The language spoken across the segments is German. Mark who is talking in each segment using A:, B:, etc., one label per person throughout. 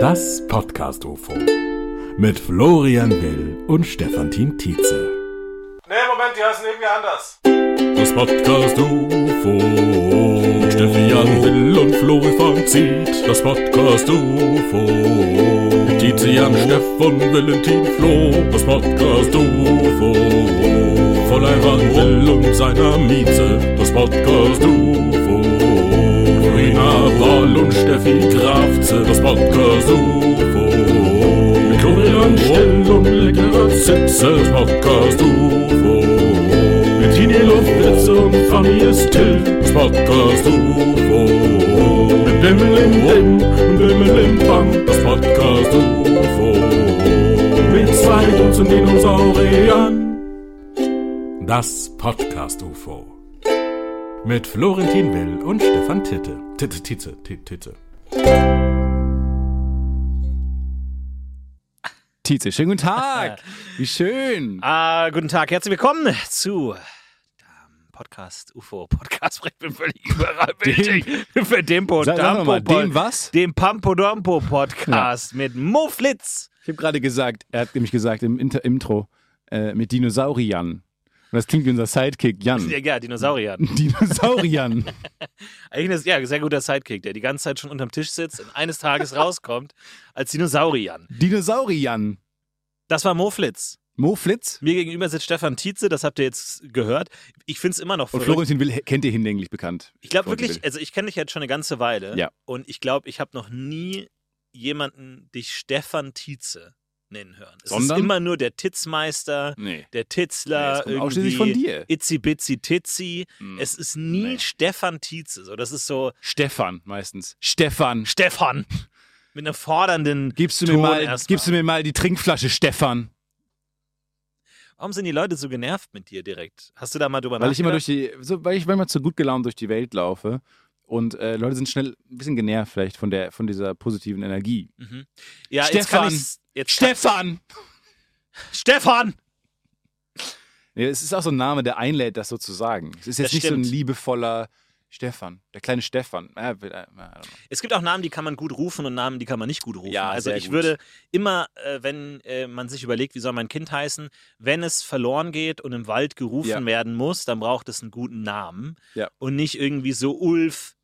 A: Das Podcast UFO mit Florian Will und Stefan-Team Tietze.
B: Nee, Moment, die heißen irgendwie anders.
A: Das Podcast UFO mit Stefan Will und Florian von Ziet. Das Podcast UFO mit Tietze Jan, Stefan Valentin Flo. Das Podcast UFO voll Ivan Will und seiner Mieze. Das Podcast UFO. Rina Wall und Steffi Grafze. Das Podcast UFO. Mit Florian Stell und leckere Zipse. Das Podcast UFO. Mit Tini Luftblitze und Fanny ist Till. Das Podcast UFO. Mit Dimmelim Dim und Dimmelim Bang. Das Podcast UFO. Mit zwei Dutzend Dinosauriern. Das Podcast UFO. Mit Florentin Will und Stefan Titte. Titte, Titze, Titze.
C: Tietze, schönen guten Tag. Wie schön.
D: Ah, guten Tag, herzlich willkommen zu ähm, Podcast UFO. Podcast, ich bin völlig überwältigt für den
C: Sag- sag noch
D: Podampo.
C: mal, den was?
D: Dem Pampodampo Podcast mit Mo Flitz.
C: Ich habe gerade gesagt, er hat nämlich gesagt im Inter Intro äh, mit Dinosauriern. Und das klingt wie unser Sidekick Jan.
D: Ja, ja, Dinosaurier.
C: Dinosauriern.
D: Eigentlich ist, ja, sehr guter Sidekick, der die ganze Zeit schon unterm Tisch sitzt und eines Tages rauskommt als Dinosaurier.
C: Dinosauriern.
D: Das war Mo Flitz.
C: Mo Flitz
D: Mir gegenüber sitzt Stefan Tietze, das habt ihr jetzt gehört. Ich finde es immer noch
C: und
D: verrückt.
C: Florentin Will he- kennt ihr hinlänglich bekannt.
D: Ich glaube
C: Florentin
D: wirklich, also ich kenne dich jetzt schon eine ganze Weile
C: Ja.
D: und ich glaube, ich habe noch nie jemanden dich Stefan Tietze nennen hören. Es
C: Sondern?
D: ist immer nur der Titzmeister,
C: Will. Nee.
D: der
C: Nee,
D: Titzler,
C: das kommt ausschließlich
D: irgendwie
C: von dir.
D: Itzi Bitzi Titzi.
C: Mm.
D: Es ist nie
C: Nee.
D: Stefan Tietze. So, das ist so
C: Stefan meistens. Stefan.
D: Stefan mit einer fordernden.
C: Gibst du, mir
D: Ton
C: mal,
D: erstmal.
C: gibst du mir mal die Trinkflasche, Stefan?
D: Warum sind die Leute so genervt mit dir direkt? Hast du da mal drüber
C: Weil ich immer durch
D: nachgedacht?
C: die, so, weil ich manchmal zu gut gelaunt durch die Welt laufe und äh, Leute sind schnell ein bisschen genervt vielleicht von der, von dieser positiven Energie.
D: Mhm. Ja, jetzt kann
C: Stefan.
D: ich's- jetzt kann-
C: Stefan!
D: Stefan!
C: Ja, es ist auch so ein Name, der einlädt, das so zu sagen. Es ist jetzt
D: Das
C: nicht
D: stimmt.
C: so ein liebevoller Stefan, der kleine Stefan. Ja, will- äh, I don't know.
D: Es gibt auch Namen, die kann man gut rufen und Namen, die kann man nicht gut rufen.
C: Ja,
D: also
C: sehr
D: ich
C: gut.
D: würde immer, äh, wenn äh, man sich überlegt, wie soll mein Kind heißen, wenn es verloren geht und im Wald gerufen
C: Ja.
D: werden muss, dann braucht es einen guten Namen
C: Ja.
D: und nicht irgendwie so Ulf,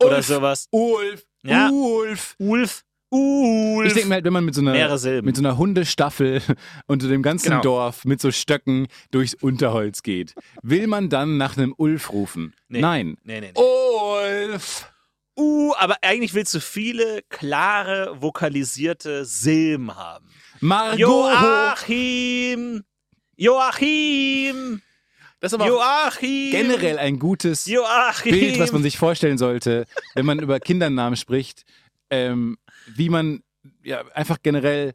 D: oder
C: Ulf,
D: sowas.
C: Ulf,
D: Ja.
C: Ulf.
D: Ulf, Ulf.
C: Ich denke mir, halt, wenn man mit so einer,
D: mehrere Silben.
C: mit so einer Hundestaffel unter dem ganzen
D: Genau.
C: Dorf mit so Stöcken durchs Unterholz geht, will man dann nach einem Ulf rufen?
D: Nee.
C: Nein.
D: nee, nee, nee.
C: Ulf.
D: Oh, Uh, aber eigentlich willst du viele klare, vokalisierte Silben haben.
C: Margot.
D: Joachim! Joachim!
C: das ist aber auch
D: Joachim!
C: generell ein gutes
D: Joachim!
C: Bild, was man sich vorstellen sollte, wenn man über Kindernamen spricht, ähm, wie man ja, einfach generell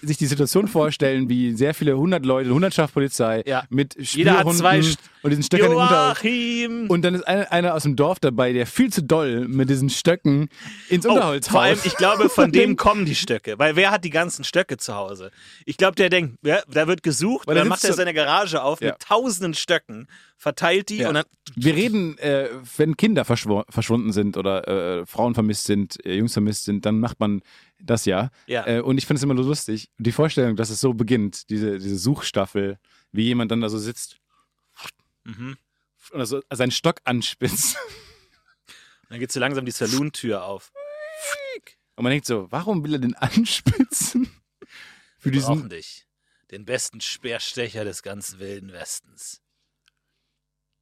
C: sich die Situation vorstellen, wie sehr viele hundert Leute, Hundertschaftspolizei
D: Ja.
C: mit
D: Jeder hat
C: Spürhunden
D: zwei St-
C: und diesen Stöckern im Unterholz.
D: Joachim!
C: Und dann ist einer, einer aus dem Dorf dabei, der viel zu doll mit diesen Stöcken ins
D: Oh,
C: Unterholz
D: vor allem,
C: haut.
D: ich glaube, von dem kommen die Stöcke. Weil wer hat die ganzen Stöcke zu Hause? Ich glaube, der denkt, ja, da wird gesucht,
C: Weil
D: und
C: da
D: dann macht
C: sitzt
D: er
C: so-
D: seine Garage auf
C: Ja.
D: mit tausenden Stöcken, verteilt die
C: Ja.
D: und dann.
C: Wir reden, äh, wenn Kinder verschwo- verschwunden sind oder äh, Frauen vermisst sind, äh, Jungs vermisst sind, dann macht man das ja.
D: Ja.
C: Äh, und ich finde es immer so lustig, die Vorstellung, dass es so beginnt, diese, diese Suchstaffel, wie jemand dann da so sitzt
D: Mhm.
C: und da so seinen Stock anspitzt.
D: Dann geht so langsam die Saloon-Tür auf.
C: Und man denkt so, warum will er den anspitzen? Für
D: Wir brauchen
C: diesen.
D: dich. Den besten Speerstecher des ganzen Wilden Westens.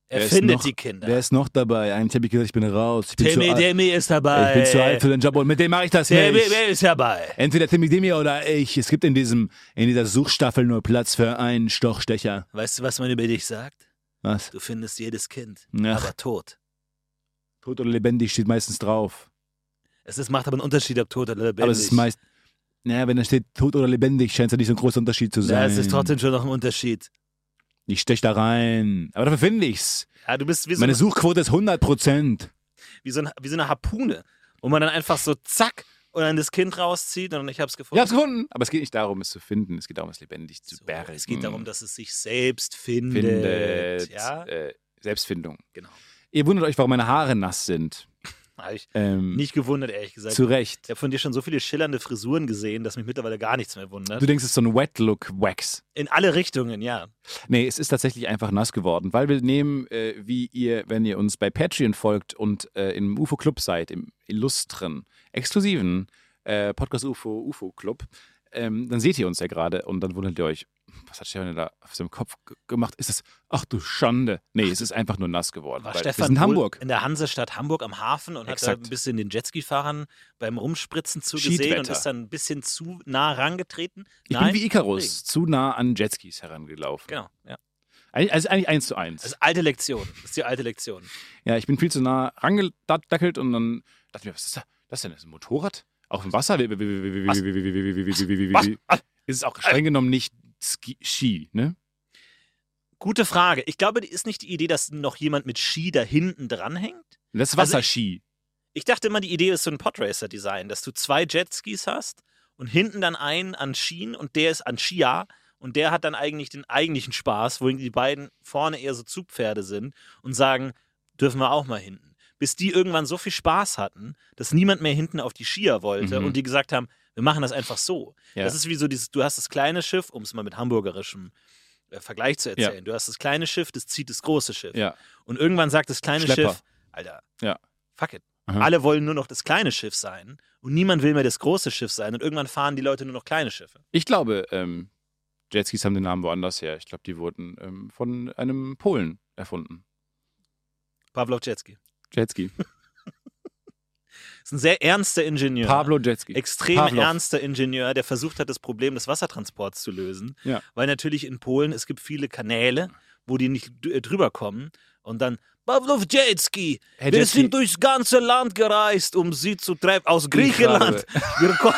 C: Wer
D: Er
C: ist
D: findet
C: noch-
D: die Kinder.
C: Wer ist noch dabei? Ein Teppich gesagt, ich bin raus. Ich bin, zu,
D: Timmy
C: alt,
D: Demi ist dabei.
C: ich bin zu alt für den Job und mit dem mache ich das
D: Timmy
C: nicht.
D: Demi ist dabei.
C: Entweder Timmy Demi oder ich. Es gibt in, diesem, in dieser Suchstaffel nur Platz für einen Stochstecher.
D: Weißt du, was man über dich sagt?
C: Was?
D: Du findest jedes Kind,
C: Ach.
D: aber tot.
C: Tot oder lebendig steht meistens drauf.
D: Es ist, macht aber einen Unterschied, ob tot oder lebendig.
C: Aber es ist meist. Naja, wenn da steht tot oder lebendig, scheint es ja nicht so ein großer Unterschied zu sein.
D: ja, es ist trotzdem schon noch ein Unterschied.
C: Ich stech da rein. Aber dafür finde ich's.
D: Ja, du bist wie so,
C: Meine Suchquote ist 100 Prozent.
D: wie, so ein, wie so eine Harpune, wo man dann einfach so zack und dann das Kind rauszieht und ich hab's
C: Ich
D: gefunden.
C: hab's gefunden. Aber es geht nicht darum, es zu finden. Es geht darum, es lebendig zu
D: so,
C: bergen.
D: es geht darum, dass es sich selbst findet.
C: Hm. findet.
D: Ja,
C: Äh, Selbstfindung.
D: genau.
C: Ihr wundert euch, warum meine Haare nass sind.
D: Habe ich
C: Ähm,
D: nicht gewundert, ehrlich gesagt.
C: zu Recht.
D: Ich habe von dir schon so viele schillernde Frisuren gesehen, dass mich mittlerweile gar nichts mehr wundert.
C: Du denkst, es ist so ein Wet-Look-Wax.
D: In alle Richtungen, ja.
C: Nee, es ist tatsächlich einfach nass geworden, weil wir nehmen, äh, wie ihr, wenn ihr uns bei Patreon folgt und äh, im UFO-Club seid, im illustren, exklusiven äh, Podcast UFO UFO-Club, ähm, dann seht ihr uns ja gerade und dann wundert ihr euch, was hat Stefan denn da auf seinem Kopf g- gemacht? Ist das, ach du Schande. Nee, es ist einfach nur nass geworden.
D: War
C: Weil wir
D: Stefan
C: sind in
D: Pohl
C: Hamburg.
D: in der Hansestadt Hamburg am Hafen und hat da
C: Exakt.
D: ein bisschen den Jetski-Fahrern beim Rumspritzen zugesehen
C: Schiedwetter.
D: und ist dann ein bisschen zu nah rangetreten.
C: Ich
D: Nein,
C: bin wie Icarus, zu nah an Jetskis herangelaufen.
D: genau. Ja.
C: Eig- Also eigentlich eins zu eins.
D: Das ist alte Lektion. Das ist die alte Lektion.
C: Ja, ich bin viel zu nah rangedackelt und dann dachte ich mir, was ist das? Das ist denn das ist ein Motorrad? Auf dem Wasser? Wie- wie- wie- wie- wie-
D: Was?
C: wie- wie- wie- wie- wie- wie- wie- wie-
D: Was?
C: wie- Ist es auch streng genommen nicht Ski, Ski ne?
D: Gute Frage. Ich glaube, die ist nicht die Idee, dass noch jemand mit Ski da hinten dranhängt.
C: Das ist
D: Also ich-
C: Wasserski.
D: Ich dachte immer, die Idee ist so ein Podracer-Design, dass du zwei Jetskis hast und hinten dann einen an Skien und der ist an Skia und der hat dann eigentlich den eigentlichen Spaß, wohin die beiden vorne eher so Zugpferde sind und sagen, dürfen wir auch mal hinten. Bis die irgendwann so viel Spaß hatten, dass niemand mehr hinten auf die Skier wollte
C: Mhm.
D: und die gesagt haben, wir machen das einfach so.
C: Ja.
D: Das ist wie so dieses, du hast das kleine Schiff, um es mal mit hamburgerischem äh, Vergleich zu erzählen, du hast das kleine Schiff, das zieht das große Schiff.
C: ja.
D: Und irgendwann sagt das kleine
C: Schlepper.
D: Schiff, Alter,
C: Ja.
D: fuck it.
C: Aha.
D: Alle wollen nur noch das kleine Schiff sein und niemand will mehr das große Schiff sein und irgendwann fahren die Leute nur noch kleine Schiffe.
C: Ich glaube, ähm, Jetskis haben den Namen woanders her. Ich glaube, die wurden ähm, von einem Polen erfunden.
D: Pablo Jetski.
C: Jetski.
D: Ist ein sehr ernster Ingenieur.
C: Pablo Jetski.
D: Extrem
C: Pavlov.
D: ernster Ingenieur, der versucht hat, das Problem des Wassertransports zu lösen.
C: Ja.
D: Weil natürlich in Polen, es gibt viele Kanäle, wo die nicht d- äh, drüber kommen und dann Pavlov Jetski,
C: Herr
D: wir
C: Jetski-
D: sind durchs ganze Land gereist, um sie zu treffen, aus Griechenland. Wir, ko-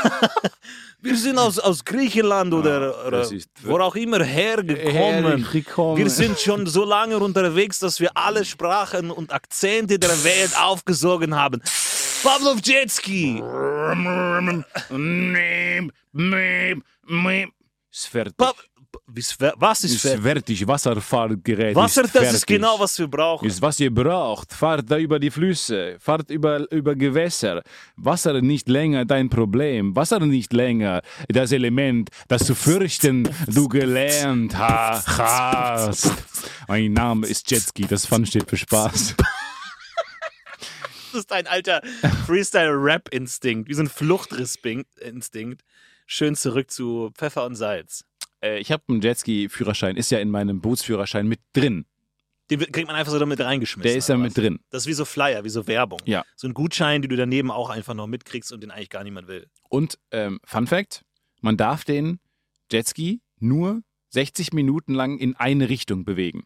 D: wir sind aus, aus Griechenland oder,
C: Ah,
D: oder
C: das ist-
D: wo auch immer hergekommen.
C: Herr
D: Wir sind schon so lange unterwegs, dass wir alle Sprachen und Akzente der Welt aufgesogen haben. Pavlov Jetski!
C: Ist fertig.
D: Pa wie Sver- was ist
C: Ist
D: Sver
C: fertig. Wasserfahrgerät
D: Wasser,
C: ist
D: das ist
C: fertig.
D: genau, was wir brauchen.
C: Ist was ihr braucht. Fahrt da über die Flüsse, fahrt über, über Gewässer. Wasser nicht länger dein Problem. Wasser nicht länger das Element, das zu fürchten du gelernt ha hast. Mein Name ist Jetski, das Fun steht für Spaß.
D: Das ist ein alter Freestyle-Rap-Instinkt, wie so ein Fluchtriss-Instinkt. Schön zurück zu Pfeffer und Salz.
C: Äh, ich habe einen Jetski-Führerschein, ist ja in meinem Bootsführerschein mit drin.
D: Den kriegt man einfach so damit reingeschmissen.
C: Der ist ja
D: oder
C: mit
D: was?
C: drin.
D: Das ist wie so Flyer, wie so Werbung.
C: Ja.
D: So ein Gutschein, den du daneben auch einfach noch mitkriegst und den eigentlich gar niemand will.
C: Und ähm, Fun Fact: Man darf den Jetski nur 60 Minuten lang in eine Richtung bewegen.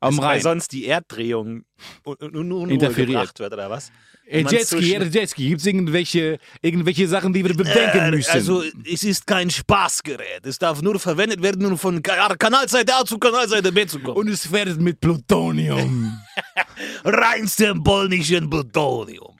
C: Am
D: Ist, also Weil
C: Rhein.
D: sonst die Erddrehung un un un
C: Interferiert.
D: gebracht wird, oder was?
C: Äh,
D: man so
C: Jetski,
D: schnell-
C: ja, Jetski, gibt es irgendwelche, irgendwelche Sachen, die wir bedenken
D: Äh,
C: müssen?
D: Also, es ist kein Spaßgerät. Es darf nur verwendet werden, um von Ka- Kanalseite A zu Kanalseite B zu kommen.
C: Und es fährt mit Plutonium.
D: reinstem polnischen Plutonium.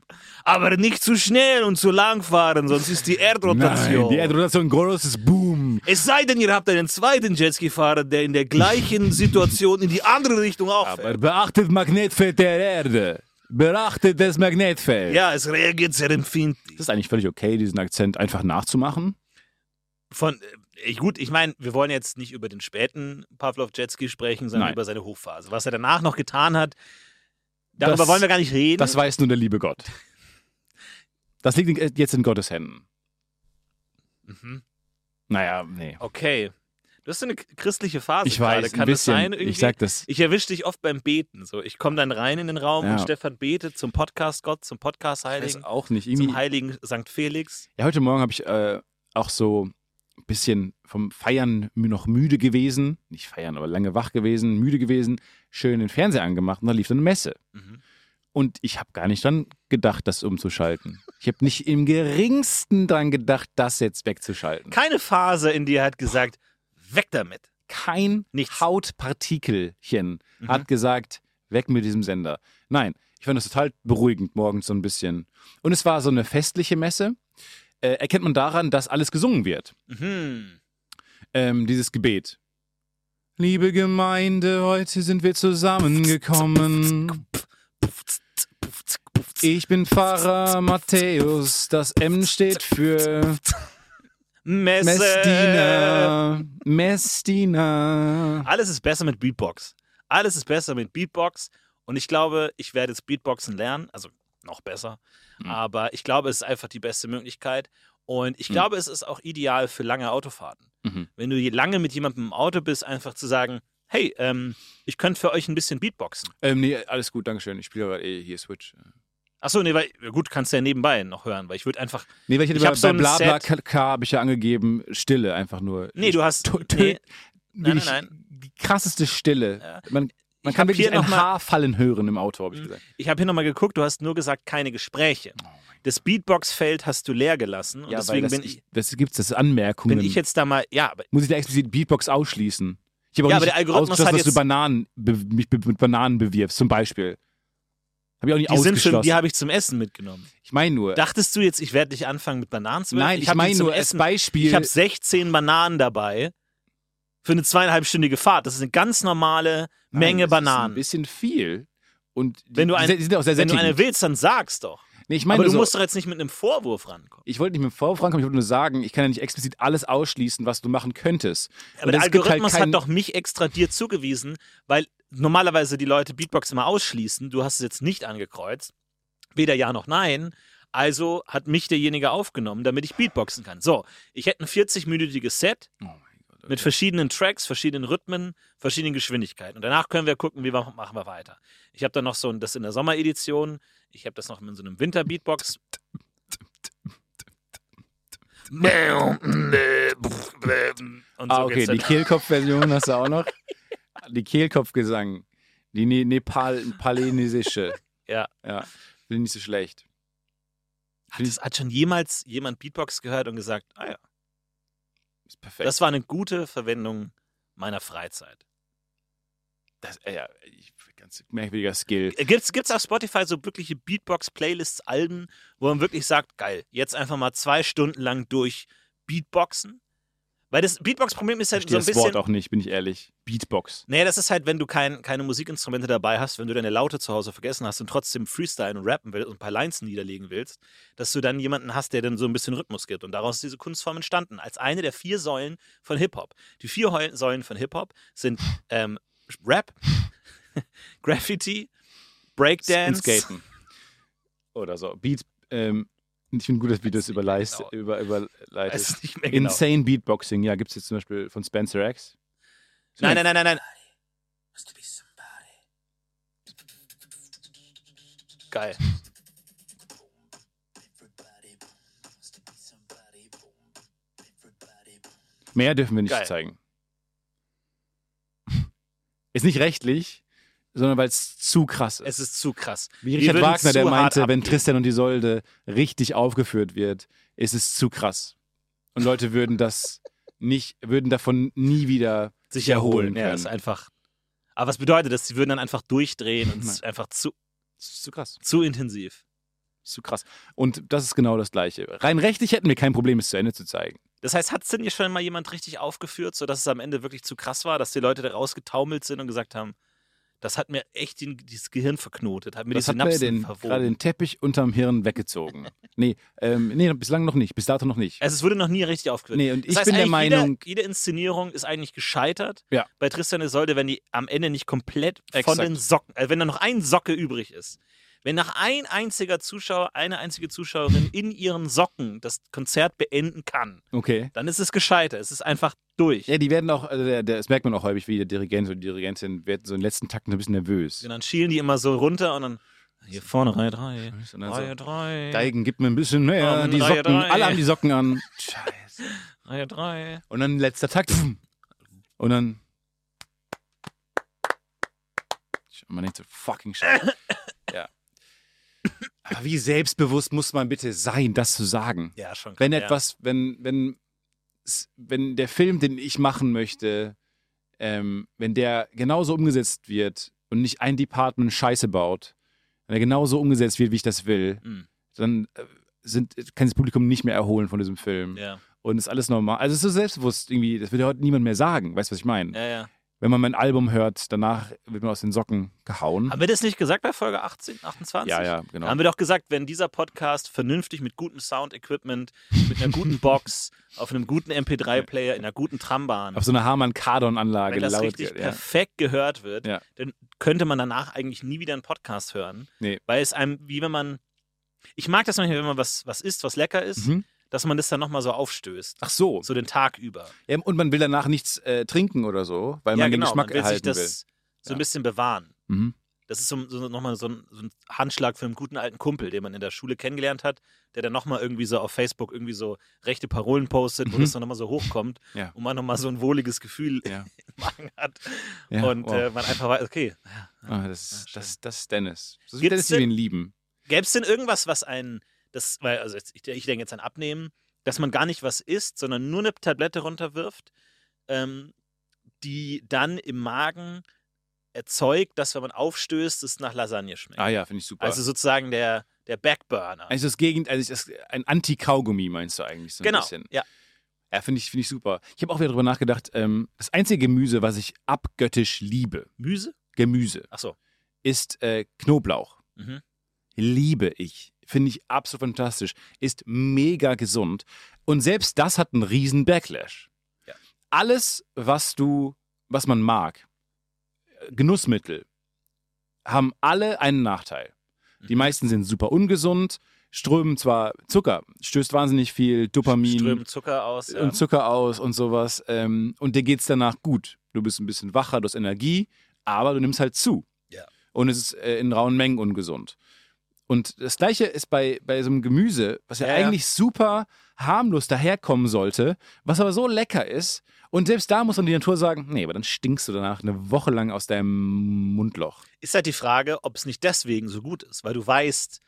D: Aber nicht zu schnell und zu lang fahren, sonst ist die Erdrotation.
C: Nein, die Erdrotation Goros ist Boom.
D: es sei denn, ihr habt einen zweiten Jetski-Fahrer, der in der gleichen Situation in die andere Richtung auch fährt.
C: Aber beachtet Magnetfeld der Erde. Beachtet das Magnetfeld.
D: Ja, es reagiert sehr
C: Es
D: empfindlich.
C: ist eigentlich völlig okay, diesen Akzent einfach nachzumachen.
D: Von, äh, gut, ich meine, wir wollen jetzt nicht über den späten Pavlov Jetski sprechen, sondern
C: Nein.
D: über seine Hochphase. Was er danach noch getan hat, darüber
C: Das-
D: wollen wir gar nicht reden.
C: Das weiß nur der liebe Gott. Das liegt in- äh, jetzt in Gottes Händen.
D: mhm.
C: Naja, nee.
D: Okay. Du hast so eine christliche Phase
C: Ich
D: Also
C: weiß,
D: gerade.
C: ein
D: Kann das
C: bisschen.
D: sein? Irgendwie?
C: ich sag das.
D: Ich erwische dich oft beim Beten. So, ich komme dann rein in den Raum
C: Ja.
D: und Stefan betet zum Podcast Gott, zum Podcast Heiligen,
C: auch nicht.
D: zum Heiligen St. Felix.
C: Ja, heute Morgen habe ich äh, auch so ein bisschen vom Feiern mü- noch müde gewesen. Nicht feiern, aber lange wach gewesen, müde gewesen. Schön den Fernseher angemacht und da lief dann eine Messe.
D: Mhm.
C: Und ich habe gar nicht dran gedacht, das umzuschalten. Ich habe nicht im geringsten dran gedacht, das jetzt wegzuschalten.
D: Keine Phase in dir hat gesagt, weg damit.
C: kein
D: Nichts. Mhm.
C: Hautpartikelchen hat gesagt, weg mit diesem Sender. Nein, ich fand das total beruhigend morgens so ein bisschen. Und es war so eine festliche Messe. Äh, erkennt man daran, dass alles gesungen wird.
D: Mhm.
C: Ähm, dieses Gebet. Liebe Gemeinde, heute sind wir zusammengekommen. Ich bin Pfarrer Matthäus, das M steht für
D: Messe.
C: Messdiener. Messdiener.
D: Alles ist besser mit Beatbox. Alles ist besser mit Beatbox. Und ich glaube, ich werde jetzt Beatboxen lernen. Also noch besser.
C: Hm.
D: Aber ich glaube, es ist einfach die beste Möglichkeit. Und ich glaube, es ist auch ideal für lange Autofahrten.
C: Hm. Mhm.
D: Wenn du je- lange mit jemandem im Auto bist, einfach zu sagen, hey, ähm, ich könnte für euch ein bisschen Beatboxen.
C: Ähm, nee, alles gut, Dankeschön. Ich spiele aber eh hier Switch.
D: Achso, nee, weil, ja gut, kannst du ja nebenbei noch hören, weil ich würde einfach,
C: Nee, weil ich hätte
D: Ich
C: bei,
D: hab so
C: bei
D: ein
C: Blabla
D: Set.
C: K habe ich ja angegeben, Stille einfach nur.
D: nee, du hast,
C: Tö- tö-
D: nee,
C: wirklich
D: nein, nein.
C: Die krasseste Stille.
D: Ja.
C: Man, man
D: Ich
C: kann
D: hab
C: wirklich
D: hier noch
C: ein
D: mal- Mhm.
C: Haar fallen hören im Auto, habe ich gesagt.
D: ich habe hier nochmal geguckt, du hast nur gesagt, keine Gespräche. Das Beatbox-Feld hast du leer gelassen und
C: Oh Ja,
D: deswegen
C: weil das,
D: bin ich,
C: das gibt's, das ist Anmerkungen.
D: bin ich jetzt da mal, ja, aber
C: Muss ich da explizit Beatbox ausschließen? Ich habe auch
D: Ja, aber
C: nicht
D: der Algorithmus
C: ausgeschlossen,
D: hat
C: dass du
D: jetzt-
C: Bananen be mich be mit Bananen bewirfst, zum Beispiel. Habe ich auch nicht
D: die sind schon,
C: ausgeschlossen.
D: die habe ich zum Essen mitgenommen.
C: ich meine nur.
D: Dachtest du jetzt, ich werde dich anfangen mit Bananen zu
C: nein,
D: werfen?
C: ich
D: hab die
C: meine
D: zum
C: nur als
D: Essen
C: Beispiel.
D: Ich habe 16 Bananen dabei für eine zweieinhalbstündige Fahrt. Das ist eine ganz normale
C: Nein,
D: Menge
C: das Ist ein
D: Bananen.
C: bisschen viel. Und die,
D: Wenn du ein-
C: die sind auch sehr
D: Wenn du eine
C: sättigend.
D: willst, dann sag's doch.
C: nee, ich
D: Aber
C: meine
D: du
C: nur so,
D: musst doch jetzt nicht mit einem Vorwurf rankommen.
C: Ich wollte nicht mit dem Vorwurf rankommen, ich wollte nur sagen, ich kann ja nicht explizit alles ausschließen, was du machen könntest.
D: Aber
C: Und
D: der
C: es gibt halt
D: Algorithmus
C: keinen-
D: hat doch mich extra dir zugewiesen, weil normalerweise die Leute Beatbox immer ausschließen. Du hast es jetzt nicht angekreuzt. Weder ja noch nein. Also hat mich derjenige aufgenommen, damit ich Beatboxen kann. So, ich hätte ein 40-minütiges Set
C: Oh mein Gott.
D: mit verschiedenen Tracks, verschiedenen Rhythmen, verschiedenen Geschwindigkeiten. Und danach können wir gucken, wie wir, machen wir weiter. Ich habe dann noch so ein, das in der Sommeredition. Ich habe das noch in so einem Winter-Beatbox. Und
C: ah,
D: so
C: okay,
D: geht's dann.
C: die Kehlkopf-Version hast du auch noch. Die Kehlkopfgesang. Die ne Nepal palenisische.
D: Ja.
C: ja. Finde ich nicht so schlecht.
D: Hat, das, hat schon jemals jemand Beatbox gehört und gesagt, ah ja,
C: Ist perfekt.
D: das war eine gute Verwendung meiner Freizeit.
C: Das, äh, ja, ich, ganz merkwürdiger Skill.
D: Gibt es auf Spotify so wirkliche Beatbox-Playlists, Alben, wo man wirklich sagt, geil, jetzt einfach mal zwei Stunden lang durch Beatboxen? Weil das Beatbox-Problem ist
C: Ich
D: ja
C: verstehe
D: so ein
C: das Wort
D: bisschen.
C: auch nicht, bin ich ehrlich. Beatbox.
D: Nee, das ist halt, wenn du kein, keine Musikinstrumente dabei hast, wenn du deine Laute zu Hause vergessen hast und trotzdem freestylen und rappen willst und ein paar Lines niederlegen willst, dass du dann jemanden hast, der dann so ein bisschen Rhythmus gibt. Und daraus ist diese Kunstform entstanden, als eine der vier Säulen von Hip-Hop. Die vier Heu- Säulen von Hip-Hop sind ähm, Rap, Graffiti,
C: Und
D: Breakdance.
C: Skaten. Oder so. Beat. Ähm, ich finde gut, dass du das überleist,
D: genau.
C: über,
D: Weiß
C: überleitest.
D: es nicht mehr genau.
C: Insane Beatboxing, ja, gibt es jetzt zum Beispiel von Spencer X.
D: Nein, nein, nein, nein, nein. Geil.
C: Mehr dürfen wir nicht
D: Geil.
C: zeigen. Ist nicht rechtlich, sondern weil es zu krass ist.
D: Es ist zu krass.
C: Wie
D: wir
C: Richard
D: würden
C: Wagner,
D: zu
C: der
D: hart
C: meinte, wenn
D: abgehen.
C: Tristan und Isolde richtig aufgeführt wird, ist es zu krass. Und Leute würden das nicht, würden davon nie wieder
D: sich erholen. Ja,
C: können.
D: ist einfach. Aber was bedeutet das? Sie würden dann einfach durchdrehen und es ist einfach zu,
C: Es ist zu krass.
D: zu intensiv.
C: Es ist zu krass. Und das ist genau das Gleiche. Rein rechtlich hätten wir kein Problem, es zu Ende zu zeigen.
D: Das heißt, hat es denn hier schon mal jemand richtig aufgeführt, sodass es am Ende wirklich zu krass war, dass die Leute da rausgetaumelt sind und gesagt haben, das hat mir echt den, dieses Gehirn verknotet, hat mir
C: das
D: die
C: hat mir
D: Synapsen
C: den, gerade
D: verwoben.
C: den Teppich unterm Hirn weggezogen. nee, ähm, nee, bislang noch nicht. Bis dato noch nicht.
D: Also es wurde noch nie richtig aufgeführt.
C: Nee, und
D: das
C: ich
D: heißt,
C: bin der
D: eigentlich
C: Meinung-
D: jeder, jede Inszenierung ist eigentlich gescheitert.
C: Ja.
D: Bei Tristan und Isolde, wenn die am Ende nicht komplett von
C: Exakt.
D: den Socken, also wenn da noch ein Socke übrig ist, wenn noch ein einziger Zuschauer, eine einzige Zuschauerin in ihren Socken das Konzert beenden kann,
C: Okay.
D: dann ist es gescheitert. Es ist einfach durch.
C: Ja, die werden auch, also der, der, das merkt man auch häufig, wie der Dirigent oder die Dirigentin wird so in den letzten Takten ein bisschen nervös.
D: Und dann schielen die immer so runter und dann hier vorne Reihe 3,
C: Und dann
D: Reihe
C: so,
D: 3,
C: Geigen, gib mir ein bisschen mehr,
D: Ähm,
C: die
D: drei,
C: Socken,
D: drei.
C: alle haben die Socken an. Scheiße.
D: Reihe 3.
C: Und dann letzter Takt. pff. Und dann. Und man denkt so, fucking Scheiße. Ja. Aber wie selbstbewusst muss man bitte sein, das zu sagen?
D: Ja, schon klar.
C: Wenn
D: ja.
C: etwas, wenn, wenn, s- wenn der Film, den ich machen möchte, ähm, wenn der genauso umgesetzt wird und nicht ein Department Scheiße baut, wenn er genauso umgesetzt wird, wie ich das will,
D: Mhm.
C: dann äh, sind, kann das Publikum nicht mehr erholen von diesem Film.
D: Ja,
C: Und ist alles normal. Also es ist so selbstbewusst irgendwie, das wird ja heute niemand mehr sagen. Weißt du, was ich meine?
D: ja, ja.
C: wenn man mein Album hört, danach wird man aus den Socken gehauen.
D: Haben wir das nicht gesagt bei Folge 18, 28?
C: ja, ja, genau.
D: Haben wir doch gesagt, wenn dieser Podcast vernünftig mit gutem Sound-Equipment, mit einer guten Box, auf einem guten MP3-Player, in einer guten Trambahn,
C: Auf so einer Harman-Kardon-Anlage
D: wenn das
C: laut.
D: richtig
C: ja.
D: perfekt gehört wird,
C: Ja.
D: dann könnte man danach eigentlich nie wieder einen Podcast hören.
C: Nee.
D: Weil es einem, wie wenn man. Ich mag das manchmal, wenn man was, was isst, was lecker ist,
C: Mhm. Oh.
D: dass man das dann nochmal so aufstößt.
C: Ach so.
D: So den Tag über.
C: Ja, Ähm, und man will danach nichts äh, trinken oder so, weil man den Geschmack
D: genau, man will sich
C: erhalten
D: das
C: will.
D: so
C: Ja.
D: ein bisschen bewahren.
C: Mhm.
D: Das ist so, so nochmal so ein, so ein Handschlag für einen guten alten Kumpel, den man in der Schule kennengelernt hat, der dann nochmal irgendwie so auf Facebook irgendwie so rechte Parolen postet, wo
C: Mhm.
D: das dann nochmal so hochkommt
C: Ja.
D: und man nochmal so ein wohliges Gefühl
C: Ja.
D: im Magen hat.
C: Ja,
D: und
C: wow.
D: äh, man einfach weiß, okay. ja, ja.
C: Ah, das, ist,
D: schön.
C: das, das ist Dennis. So ist
D: Gibt's
C: Dennis, die wir ihn lieben.
D: Gäbe es denn irgendwas, was einen, das, weil, also jetzt, ich, ich denke jetzt an Abnehmen, dass man gar nicht was isst, sondern nur eine Tablette runterwirft, ähm, die dann im Magen erzeugt, dass wenn man aufstößt, es nach Lasagne schmeckt.
C: Ah ja, finde ich super.
D: also sozusagen der, der Backburner.
C: eigentlich das Gegenteil, also das, ein Anti-Kaugummi meinst du eigentlich so ein
D: genau.
C: bisschen.
D: Ja.
C: Ja, finde ich, finde ich super. Ich habe auch wieder drüber nachgedacht, ähm, das einzige Gemüse, was ich abgöttisch liebe,
D: Müse?
C: Gemüse,
D: Achso.
C: ist äh, Knoblauch.
D: Mhm.
C: Liebe ich. Finde ich absolut fantastisch. Ist mega gesund. Und selbst das hat einen riesen Backlash.
D: Ja.
C: Alles, was du, was man mag, Genussmittel, haben alle einen Nachteil. Die
D: Mhm.
C: meisten sind super ungesund, strömen zwar Zucker, stößt wahnsinnig viel Dopamin
D: Strömen Zucker aus. Ja.
C: und Zucker aus und sowas. Ähm, und dir geht's danach gut. Du bist ein bisschen wacher, du hast Energie, aber du nimmst halt zu.
D: Ja.
C: Und es ist äh, in rauen Mengen ungesund. Und das Gleiche ist bei, bei so einem Gemüse, was ja,
D: Ja, ja.
C: eigentlich super harmlos daherkommen sollte, was aber so lecker ist. Und selbst da muss dann die Natur sagen, nee, aber dann stinkst du danach eine Woche lang aus deinem Mundloch.
D: Ist halt die Frage, ob es nicht deswegen so gut ist, weil du weißt,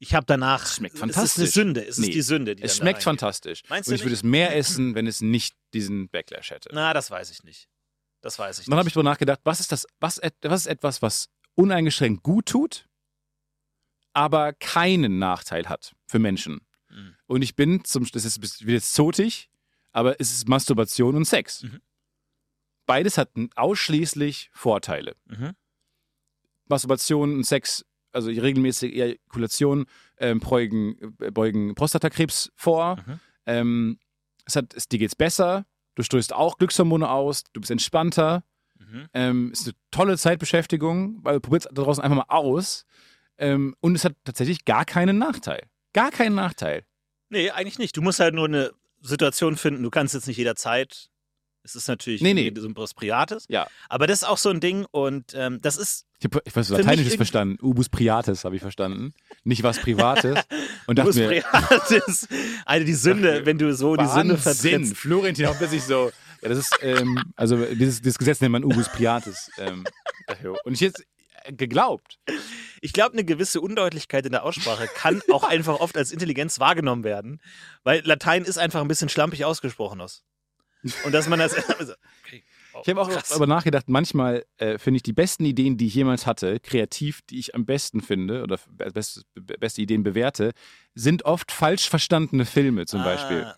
D: ich habe danach.
C: Es schmeckt
D: Es ist eine
C: fantastisch.
D: Sünde. Es
C: Nee.
D: ist die Sünde, die
C: es
D: dann da
C: schmeckt
D: reingeht.
C: fantastisch.
D: Meinst
C: und
D: du
C: ich würde
D: nicht?
C: es mehr essen, wenn es nicht diesen Backlash hätte.
D: Na, das weiß ich nicht. Das weiß ich
C: Und dann habe ich
D: nicht.
C: darüber nachgedacht, was ist das, was, et- was ist etwas, was uneingeschränkt gut tut, aber keinen Nachteil hat für Menschen.
D: Mhm.
C: Und ich bin zum Schluss, das ist wieder zotig, aber es ist Masturbation und Sex.
D: Mhm.
C: Beides hat n- ausschließlich Vorteile.
D: Mhm.
C: Masturbation und Sex, also regelmäßige Ejakulation, ähm, beugen, äh, beugen Prostatakrebs vor.
D: Mhm.
C: Ähm, es hat, es, dir geht's besser, du stößt auch Glückshormone aus, du bist entspannter.
D: Mhm.
C: Ähm, ist eine tolle Zeitbeschäftigung, weil probiert es da draußen einfach mal aus. Ähm, und es hat tatsächlich gar keinen Nachteil. Gar keinen Nachteil.
D: Nee, eigentlich nicht. Du musst halt nur eine Situation finden. Du kannst jetzt nicht jederzeit. Es ist natürlich
C: Nee, nee.
D: irgendwie so ein was Privates.
C: Ja.
D: Aber das ist auch so ein Ding und ähm, das ist.
C: Ich habe was
D: mich
C: Lateinisches
D: irgendwie-
C: verstanden. Ubus Priates habe ich verstanden. Nicht was Privates. Und dachte
D: Ubus
C: mir,
D: Priates. Alter, die Sünde, wenn du so die Sünde
C: Wahnsinn.
D: vertrittst.
C: Florentin auch plötzlich so. Ja, das ist, ähm, also dieses, dieses Gesetz nennt man Ubus Priates. Ähm, und ich jetzt äh, geglaubt.
D: Ich glaube, eine gewisse Undeutlichkeit in der Aussprache kann auch einfach oft als Intelligenz wahrgenommen werden, weil Latein ist einfach ein bisschen schlampig ausgesprochen aus. Und dass man das. Okay. Oh,
C: Ich habe auch
D: krass.
C: darüber nachgedacht, manchmal äh, finde ich die besten Ideen, die ich jemals hatte, kreativ, die ich am besten finde oder be- best, be- beste Ideen bewerte, sind oft falsch verstandene Filme zum Beispiel.
D: Ah,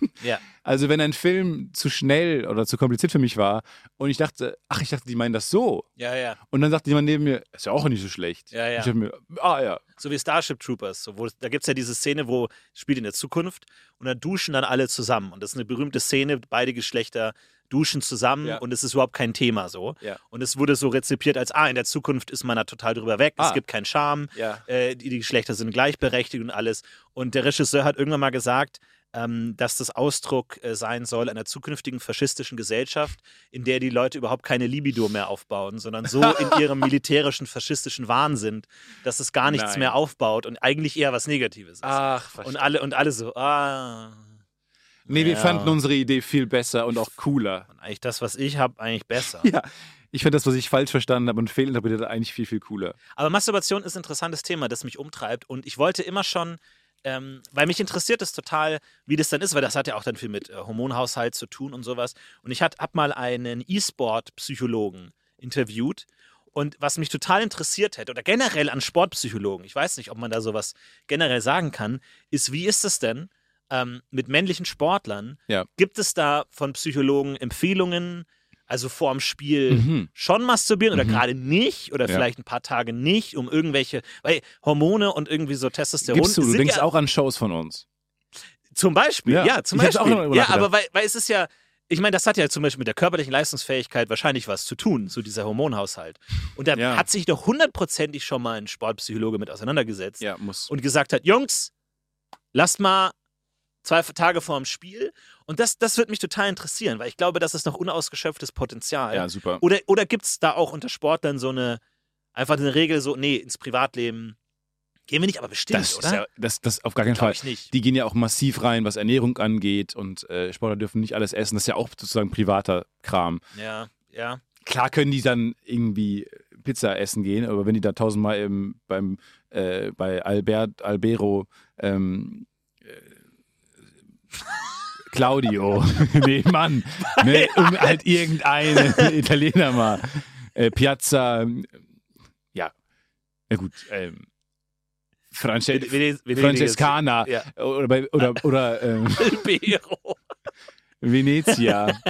D: mhm. Ja.
C: Also wenn ein Film zu schnell oder zu kompliziert für mich war und ich dachte, ach, ich dachte, die meinen das so.
D: Ja, ja.
C: Und dann sagte jemand neben mir, ist ja auch nicht so schlecht.
D: Ja, ja.
C: Ich habe mir, ah ja,
D: So wie Starship Troopers. So, wo, da gibt es ja diese Szene, wo spielt in der Zukunft und da duschen dann alle zusammen. Und das ist eine berühmte Szene, beide Geschlechter duschen zusammen
C: Ja.
D: und es ist überhaupt kein Thema so.
C: Ja.
D: Und es wurde so rezipiert als, ah, in der Zukunft ist man da total drüber weg,
C: Ah.
D: es gibt keinen Charme,
C: ja.
D: äh, die, die Geschlechter sind gleichberechtigt und alles. Und der Regisseur hat irgendwann mal gesagt, ähm, dass das Ausdruck äh, sein soll einer zukünftigen faschistischen Gesellschaft, in der die Leute überhaupt keine Libido mehr aufbauen, sondern so in ihrem militärischen faschistischen Wahn sind, dass es gar nichts
C: Nein.
D: mehr aufbaut und eigentlich eher was Negatives ist.
C: Ach, verstehe.
D: und alle und alle so, ah.
C: Nee, wir
D: Ja.
C: fanden unsere Idee viel besser und auch cooler.
D: Und eigentlich das, was ich habe, eigentlich besser.
C: Ja, ich fand das, was ich falsch verstanden habe und fehlinterpretiert habe, eigentlich viel, viel cooler.
D: Aber Masturbation ist ein interessantes Thema, das mich umtreibt. Und ich wollte immer schon, ähm, weil mich interessiert es total, wie das dann ist, weil das hat ja auch dann viel mit äh, Hormonhaushalt zu tun und sowas. Und ich habe mal einen E-Sport-Psychologen interviewt. Und was mich total interessiert hätte, oder generell an Sportpsychologen, ich weiß nicht, ob man da sowas generell sagen kann, ist, wie ist es denn ähm, mit männlichen Sportlern?
C: Ja.
D: Gibt es da von Psychologen Empfehlungen, Also vorm Spiel
C: Mhm.
D: schon masturbieren oder
C: Mhm.
D: gerade nicht oder
C: Ja.
D: vielleicht ein paar Tage nicht, um irgendwelche weil Hormone und irgendwie so Testosteron.
C: Gibst du, du
D: sind
C: denkst
D: ja,
C: auch an Shows von uns.
D: Zum Beispiel,
C: Ja.
D: ja, zum
C: Ich hab's auch
D: Beispiel.
C: noch darüber
D: ja,
C: nachgedacht.
D: aber weil, weil es ist ja, ich meine, das hat ja zum Beispiel mit der körperlichen Leistungsfähigkeit wahrscheinlich was zu tun, so dieser Hormonhaushalt. Und da
C: Ja.
D: hat sich doch hundertprozentig schon mal ein Sportpsychologe mit auseinandergesetzt
C: Ja, muss.
D: und gesagt hat, Jungs, lasst mal zwei Tage vorm Spiel. Und das, das wird mich total interessieren, weil ich glaube, das ist noch unausgeschöpftes Potenzial.
C: ja, super.
D: Oder, oder gibt es da auch unter Sportlern so eine, einfach eine Regel, so, nee, ins Privatleben gehen wir nicht, aber bestimmt,
C: Das,
D: oder?
C: ist ja, das, das auf gar keinen
D: Glaube
C: Fall.
D: ich nicht.
C: Die gehen ja auch massiv rein, was Ernährung angeht und äh, Sportler dürfen nicht alles essen. Das ist ja auch sozusagen privater Kram.
D: Ja, ja.
C: Klar können die dann irgendwie Pizza essen gehen, aber wenn die da tausendmal im, beim, äh, bei Albert, Albero, ähm, äh, Claudio, nee, Mann, ne, irgend- halt irgendein Italiener mal, äh, Piazza, ähm, ja, ja gut, ähm, Frances
D: Ven- Ven- Venedig
C: Francescana
D: ist- Ja.
C: oder, bei, oder, oder ähm,
D: Bero.
C: Venezia,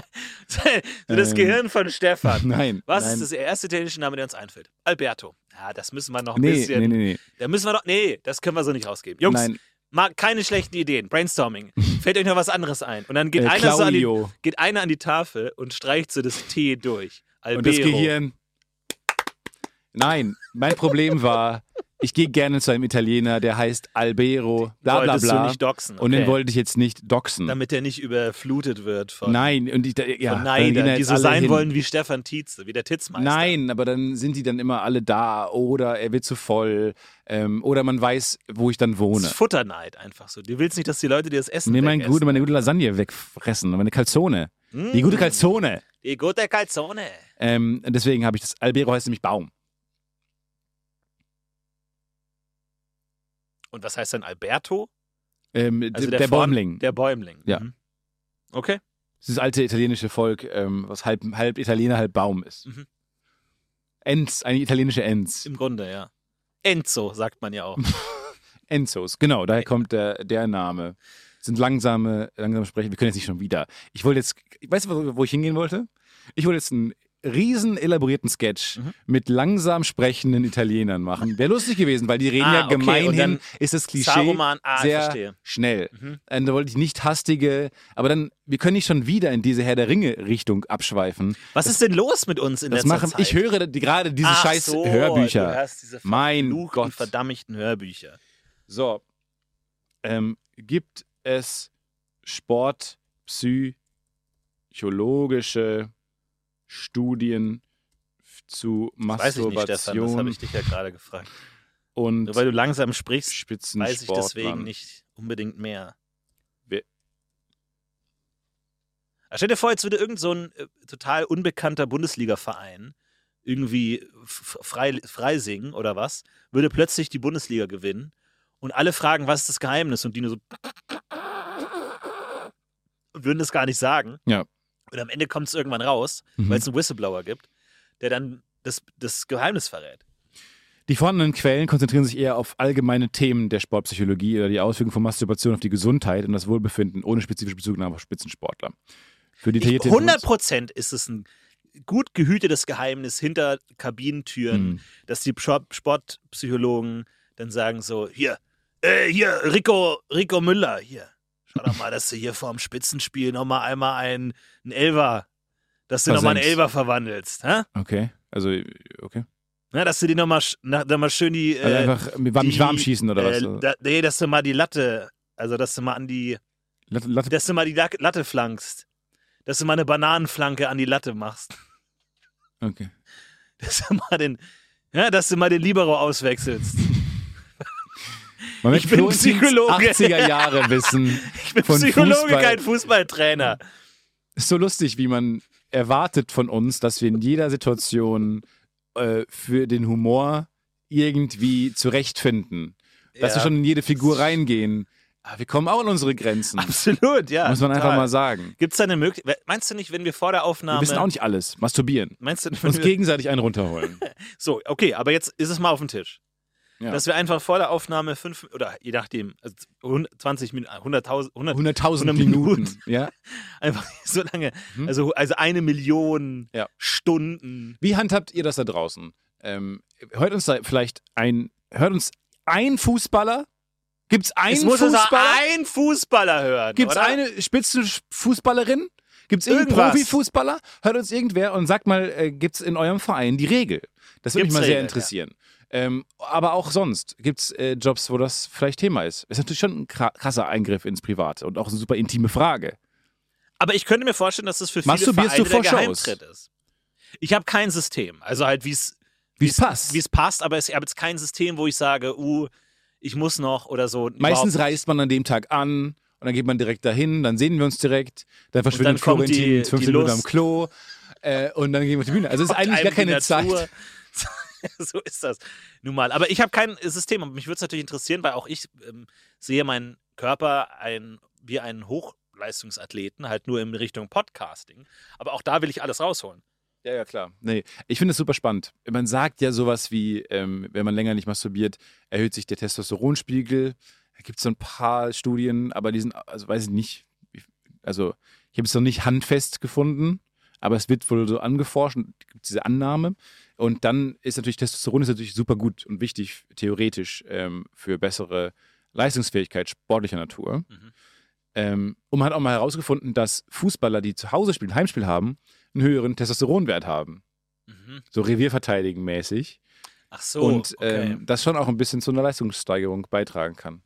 D: das
C: Ähm.
D: Gehirn von Stefan.
C: nein.
D: Was
C: nein.
D: ist das erste italienische Name, der uns einfällt? Alberto. Ja, das müssen wir noch ein
C: Nee,
D: bisschen.
C: nee, nee, nee.
D: Da müssen wir doch. Nee, das können wir so nicht rausgeben. Jungs,
C: Nein.
D: mal keine schlechten Ideen. Brainstorming. Fällt euch noch was anderes ein. Und dann geht,
C: Äh,
D: einer, so an die,
C: Claudio.
D: geht einer an die Tafel und streicht so das T durch. Albero.
C: Und das Gehirn. Nein, mein Problem war, ich gehe gerne zu einem Italiener, der heißt Albero, bla bla
D: Wolltest du
C: bla.
D: nicht doxen.
C: Und den
D: okay.
C: wollte ich jetzt nicht doxen.
D: Damit er nicht überflutet wird von,
C: Hm. Nein, und ich, da- ja,
D: von
C: dann gehen da
D: Neidern,
C: jetzt
D: die so
C: alle
D: sein
C: hin.
D: wollen wie Stefan Tietze, wie der Titzmeister.
C: Nein, aber dann sind die dann immer alle da oder er wird zu voll ähm, oder man weiß, wo ich dann
D: Das
C: wohne.
D: ist Futterneid einfach so. Du willst nicht, dass die Leute dir das Essen
C: Mir mein
D: wegessen.
C: gute, meine gute Lasagne wegfressen und meine Calzone.
D: Mm,
C: Die gute Calzone.
D: Die gute Calzone.
C: Ähm, deswegen habe ich das. Albero heißt nämlich Baum.
D: Und was heißt dann Alberto?
C: Ähm,
D: Also
C: der,
D: der, Form-
C: Baumling.
D: Der Bäumling.
C: Ja.
D: Mhm. Okay.
C: dieses alte italienische Volk, ähm, was halb, halb Italiener, halb Baum ist.
D: Mhm.
C: Enz, eine italienische Enz.
D: Im Grunde, ja. Enzo, sagt man ja auch.
C: Enzos, genau, daher kommt der, der Name. Sind langsame, langsame Sprechen. Wir können jetzt nicht schon wieder. Ich wollte jetzt, weißt du, wo- wo ich hingehen wollte? Ich wollte jetzt einen riesen elaborierten Sketch
D: Mhm.
C: mit langsam sprechenden Italienern machen. Wäre lustig gewesen, weil die reden
D: Ah,
C: ja
D: okay, und
C: gemeinhin,
D: dann
C: ist das Klischee
D: Saruman, ah, ich
C: sehr
D: verstehe.
C: schnell.
D: Mhm.
C: Und da wollte ich nicht hastige, aber dann, wir können nicht schon wieder in diese Herr der Ringe-Richtung abschweiten.
D: Was ist denn los mit uns in
C: Das
D: letzter
C: machen,
D: Zeit?
C: ich höre da- die, gerade diese
D: Ach
C: scheiß
D: so, Du
C: Hörbücher.
D: hörst diese
C: Mein
D: verfluchten,
C: Gott.
D: verdammten Hörbücher.
C: So. Ähm, gibt es sportpsychologische Studien f- zu
D: Das weiß ich nicht, Stefan, das habe
C: Masturbation
D: ich dich ja gerade gefragt.
C: und
D: Nur weil du langsam sprichst,
C: Spitzensportlern?
D: weiß ich deswegen nicht unbedingt mehr.
C: Wer-
D: Ah, Stell dir vor, jetzt würde irgend so ein äh, total unbekannter Bundesliga-Verein irgendwie f- frei, frei singen oder was, würde plötzlich die Bundesliga gewinnen und alle fragen, was ist das Geheimnis? Und die nur so und würden das gar nicht sagen.
C: Ja.
D: Und am Ende kommt es irgendwann raus,
C: Mhm.
D: weil es einen Whistleblower gibt, der dann das, das Geheimnis verrät.
C: Die vorhandenen Quellen konzentrieren sich eher auf allgemeine Themen der Sportpsychologie oder die Auswirkungen von Masturbation auf die Gesundheit und das Wohlbefinden, ohne spezifische Bezugnahme auf Spitzensportler. Für die
D: Ich,
C: detaillierte
D: 100% ist es ein gut gehütetes Geheimnis hinter Kabinentüren,
C: Information-
D: dass die Sport- Sportpsychologen dann sagen so, hier, äh, hier, Rico, Rico Müller, hier, schau doch mal, dass du hier vorm Spitzenspiel nochmal einmal einen, einen Elfer, dass du nochmal einen
C: Versenkst.
D: Elfer verwandelst, hä?
C: Hm, okay, also okay.
D: Na, dass du dir nochmal mal schön die,
C: Also
D: äh,
C: einfach mit warm,
D: die,
C: mich warm schießen oder
D: äh,
C: was? Also
D: Da, nee, dass du mal die Latte, also dass du mal an die,
C: Latte, Latte,
D: dass du mal die Lack- Latte flankst, dass du mal eine Bananenflanke an die Latte machst.
C: okay.
D: dass du mal den, ja, dass du mal den Libero auswechselst.
C: Man
D: Ich
C: merkt
D: bin
C: Florentins
D: Psychologe.
C: 80er Jahre Wissen.
D: Ich bin
C: Von
D: Psychologe,
C: Fußball.
D: kein Fußballtrainer.
C: Ist so lustig, wie man erwartet von uns, dass wir in jeder Situation äh, für den Humor irgendwie zurechtfinden. Dass wir
D: Ja.
C: schon in jede Figur reingehen. Aber wir kommen auch an unsere Grenzen.
D: Absolut, ja.
C: muss man einfach
D: total.
C: mal sagen.
D: Gibt es da eine Möglichkeit? Meinst du nicht, wenn wir vor der Aufnahme.
C: Wir wissen auch nicht alles. Masturbieren.
D: meinst du, wenn
C: Uns
D: wir,
C: gegenseitig einen runterholen.
D: so, okay, aber jetzt ist es mal auf dem Tisch.
C: Ja.
D: dass wir einfach vor der Aufnahme fünf oder je nachdem, also 20 Minuten, 100.000, 100,
C: 100.000
D: Minuten.
C: Minuten. Ja.
D: einfach so lange,
C: Mhm.
D: also, also eine Million
C: Ja.
D: Stunden.
C: Wie handhabt ihr das da draußen? Ähm, hört uns da vielleicht ein, hört uns ein Fußballer? Gibt's einen
D: es muss es auch
C: Fußballer?
D: ein Fußballer hören.
C: Gibt's
D: oder?
C: eine Spitzenfußballerin? Gibt's irgendeinen
D: Irgendwas.
C: Profifußballer? Hört uns irgendwer und sagt mal, äh, gibt's in eurem Verein die Regel? Das würde mich
D: Gibt's
C: mal sehr
D: Regeln,
C: interessieren. Ähm, aber auch sonst gibt's äh, Jobs, wo das vielleicht Thema ist. Ist natürlich schon ein kra- krasser Eingriff ins Private und auch eine super intime Frage.
D: Aber ich könnte mir vorstellen, dass das für viele
C: Masturbierst
D: Vereine
C: du vor
D: der
C: Shows?
D: Geheimtritt ist. Ich habe kein System. Also halt, wie es
C: Wie es passt.
D: wie es passt, aber es- ich habe jetzt kein System, wo ich sage, uh, ich muss noch oder so.
C: Meistens
D: Überhaupt-
C: reist man an dem Tag an und dann geht man direkt dahin, dann sehen wir uns direkt, dann verschwindet
D: dann kommt die-
C: Florentin
D: die
C: 15 Minuten am
D: Lust.
C: Klo äh, und dann gehen wir auf die Bühne. Also es ist
D: kommt
C: eigentlich gar
D: einem die
C: keine Zeit.
D: Natur. so ist das nun mal. Aber ich habe kein System und mich würde es natürlich interessieren, weil auch ich ähm, sehe meinen Körper ein, wie einen Hochleistungsathleten, halt nur in Richtung Podcasting. Aber auch da will ich alles rausholen.
C: Ja, ja, klar. Nee, ich finde es super spannend. Man sagt ja sowas wie, ähm, wenn man länger nicht masturbiert, erhöht sich der Testosteronspiegel. Da gibt es so ein paar Studien, aber die sind, also weiß ich nicht, ich- also ich habe es noch nicht handfest gefunden, aber es wird wohl so angeforscht, und gibt diese Annahme. Und dann ist natürlich Testosteron ist natürlich super gut und wichtig, theoretisch, ähm, für bessere Leistungsfähigkeit sportlicher Natur.
D: Mhm.
C: Ähm, und man hat auch mal herausgefunden, dass Fußballer, die zu Hause spielen, Heimspiel haben, einen höheren Testosteronwert haben.
D: Mhm.
C: So Revierverteidigen mäßig.
D: Ach so.
C: und
D: Oh, okay.
C: ähm, das schon auch ein bisschen zu einer Leistungssteigerung beitragen kann.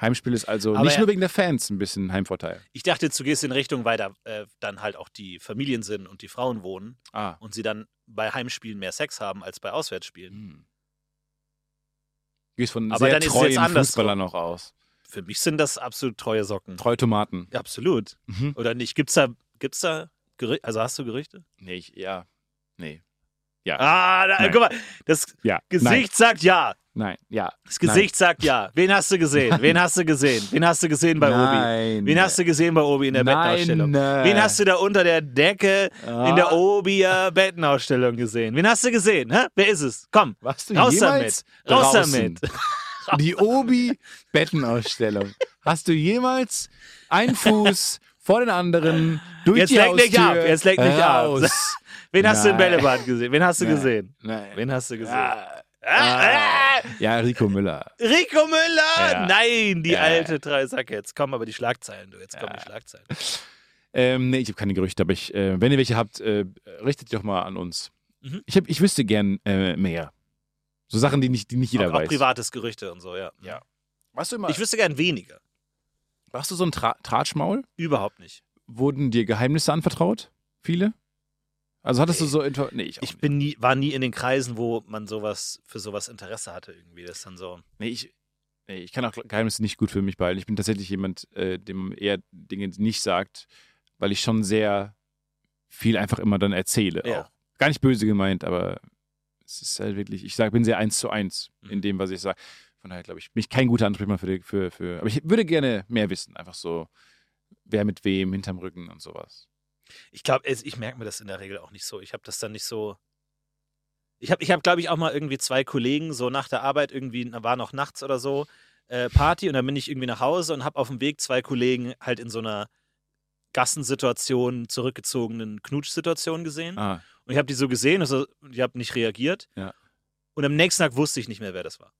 C: Heimspiel ist also
D: Aber
C: nicht
D: ja-
C: nur wegen der Fans ein bisschen Heimvorteil.
D: ich dachte, jetzt, du gehst in Richtung, weil da äh, dann halt auch die Familien sind und die Frauen wohnen
C: Ah.
D: und sie dann bei Heimspielen mehr Sex haben als bei Auswärtsspielen.
C: Hm. Du gehst von
D: Aber
C: sehr
D: dann ist es jetzt
C: treuen
D: andersrum.
C: Fußballern noch aus.
D: Für mich sind das absolut treue Socken.
C: Treue Tomaten.
D: Ja, absolut.
C: Mhm.
D: Oder nicht? Gibt's da, gibt's da Gerüchte? Also hast du Gerüchte?
C: Nee, ich, ja. Nee.
D: Ah, da,
C: Nein.
D: guck mal, das
C: Ja.
D: Gesicht sagt ja.
C: Nein. Nein. Ja.
D: Das Gesicht sagt ja. Wen hast du gesehen? Wen hast du gesehen? Wen hast du gesehen bei Obi?
C: Nein.
D: Wen hast du gesehen bei Obi in der Bettenausstellung?
C: Nein.
D: Wen hast du da unter der Decke in der
C: Ah.
D: Obier Bettenausstellung gesehen? Wen hast du gesehen? Hä? Wer ist es? Komm,
C: Warst du
D: raus
C: jemals
D: damit. Raus
C: draußen?
D: damit.
C: Die Obi-Bettenausstellung. Hast du jemals einen Fuß vor den anderen durch
D: Jetzt
C: die
D: lenk
C: Haustür
D: nicht ab, jetzt lenk nicht ab.
C: raus?
D: Wen hast du in
C: Nein.
D: Bällebad gesehen? Wen hast du
C: Nein.
D: gesehen?
C: Nein.
D: Wen hast du gesehen?
C: Ah.
D: Ah, ah.
C: Ja, Rico Müller.
D: Rico Müller!
C: Ja.
D: Nein, die
C: Ja.
D: alte Dreisack. Jetzt kommen aber die Schlagzeilen, du. Jetzt kommen die Schlagzeilen.
C: Ähm, nee, ich habe keine Gerüchte, aber ich, äh, wenn ihr welche habt, äh, richtet die doch mal an uns.
D: Mhm.
C: Ich, hab, ich wüsste gern äh, mehr. So Sachen, die nicht, die nicht jeder
D: auch, auch
C: weiß.
D: privates Gerüchte und so, ja. Hm.
C: Ja. Warst du immer,
D: Ich wüsste gern weniger.
C: warst du so ein Tra Tratschmaul?
D: Überhaupt nicht.
C: Wurden dir Geheimnisse anvertraut? Viele? Also hattest du so... Info nee, ich, auch
D: Äh, Ich
C: nicht.
D: bin nie, war nie in den Kreisen, wo man sowas für sowas Interesse hatte irgendwie. Das ist dann so.
C: Nee, ich, nee, ich kann auch Geheimnisse nicht gut für mich behalten. Ich bin tatsächlich jemand, äh, dem man eher Dinge nicht sagt, weil ich schon sehr viel einfach immer dann erzähle.
D: Ja.
C: Auch. Gar nicht böse gemeint, aber es ist halt wirklich, ich sag, bin sehr eins zu eins in
D: Mhm.
C: dem, was ich sage. Von daher glaube ich, bin ich kein guter Ansprechpartner für, die- für, für. Aber ich würde gerne mehr wissen, einfach so, wer mit wem, hinterm Rücken und sowas.
D: Ich glaube, ich merke mir das in der Regel auch nicht so. Ich habe das dann nicht so. Ich habe, ich hab, glaube ich, auch mal irgendwie zwei Kollegen so nach der Arbeit irgendwie, na, war noch nachts oder so, äh, Party und dann bin ich irgendwie nach Hause und habe auf dem Weg zwei Kollegen halt in so einer Gassensituation, zurückgezogenen Knutschsituation gesehen.
C: Ah,
D: Und ich habe die so gesehen, also ich habe nicht reagiert.
C: Ja.
D: Und am nächsten Tag wusste ich nicht mehr, wer das war.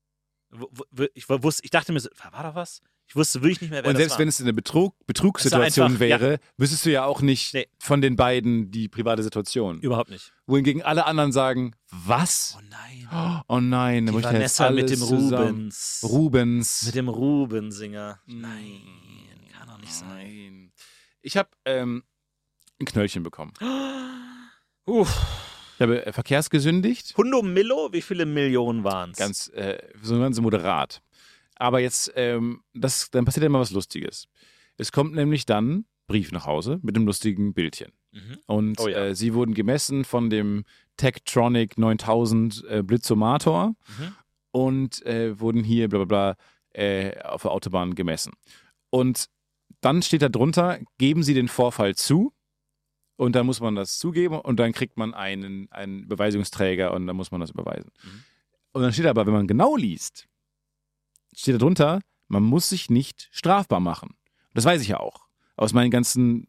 D: W- w- Ich, war- wusste, ich dachte mir so, war, war da was? Ich wusste wirklich nicht mehr, wer
C: und
D: das
C: selbst
D: war.
C: wenn es eine Betrug, Betrugssituation
D: einfach- ja.
C: wäre, wüsstest du ja auch nicht
D: Nee.
C: von den beiden die private Situation.
D: Überhaupt nicht.
C: wohingegen alle anderen sagen, was?
D: Oh nein.
C: Oh nein, da
D: Die
C: muss ich da jetzt
D: Vanessa mit
C: alles
D: dem
C: zusammen.
D: Rubens.
C: Rubens.
D: Mit dem Rubensinger.
C: Mm.
D: Mm, Nein, kann doch nicht sein.
C: Nein. Ich habe ähm, ein Knöllchen bekommen.
D: Uff.
C: Ich habe äh, verkehrsgesündigt,
D: Hundo Millo, wie viele Millionen waren es?
C: ganz, äh, so ganz moderat. Aber jetzt, ähm, das, dann passiert ja immer was Lustiges. Es kommt nämlich dann Brief nach Hause mit einem lustigen Bildchen.
D: Mhm.
C: Und
D: Oh ja.
C: äh, sie wurden gemessen von dem Tektronic 9000 äh, Blitzomator.
D: Mhm.
C: und äh, wurden hier bla bla bla äh, auf der Autobahn gemessen. Und dann steht da drunter, geben Sie den Vorfall zu. Und dann muss man das zugeben und dann kriegt man einen, einen Beweisungsträger und dann muss man das überweisen.
D: Mhm.
C: Und dann steht aber, wenn man genau liest, steht da drunter, man muss sich nicht strafbar machen. Und das weiß ich ja auch. Aus meinen ganzen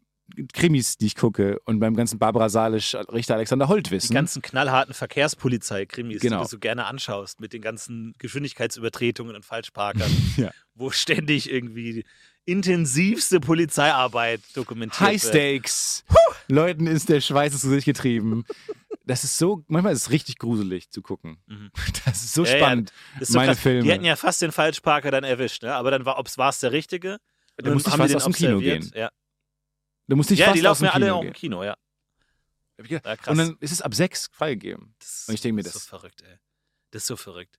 C: Krimis, die ich gucke und beim ganzen Barbara Salisch, Richter Alexander Holt
D: Die
C: wissen.
D: ganzen knallharten Verkehrspolizei-Krimis,
C: Genau.
D: die du so gerne anschaust, mit den ganzen Geschwindigkeitsübertretungen und Falschparkern,
C: Ja.
D: wo ständig irgendwie intensivste Polizeiarbeit dokumentiert
C: High
D: wird.
C: Stakes. Leuten ist der Schweiß ins Gesicht getrieben. Das ist so, manchmal ist es richtig gruselig zu gucken.
D: Mhm.
C: Das ist so
D: Ja, ja,
C: spannend.
D: Das ist so
C: Meine
D: krass.
C: Filme.
D: Die hätten ja fast den Falschparker dann erwischt, ne? aber dann war es der richtige.
C: Da
D: Dann
C: musste ich
D: haben die
C: fast
D: den
C: aus dem Kino
D: observiert.
C: gehen.
D: Ja,
C: Da musste ich
D: ja
C: fast
D: die
C: aus
D: laufen
C: dem
D: ja alle um.
C: Kino
D: auch im Kino,
C: gehen.
D: ja.
C: Hab ich gedacht.
D: ja krass.
C: Und dann ist es ab sechs freigegeben.
D: das,
C: und ich denk mir
D: ist
C: das-
D: so verrückt, ey. Das ist so verrückt.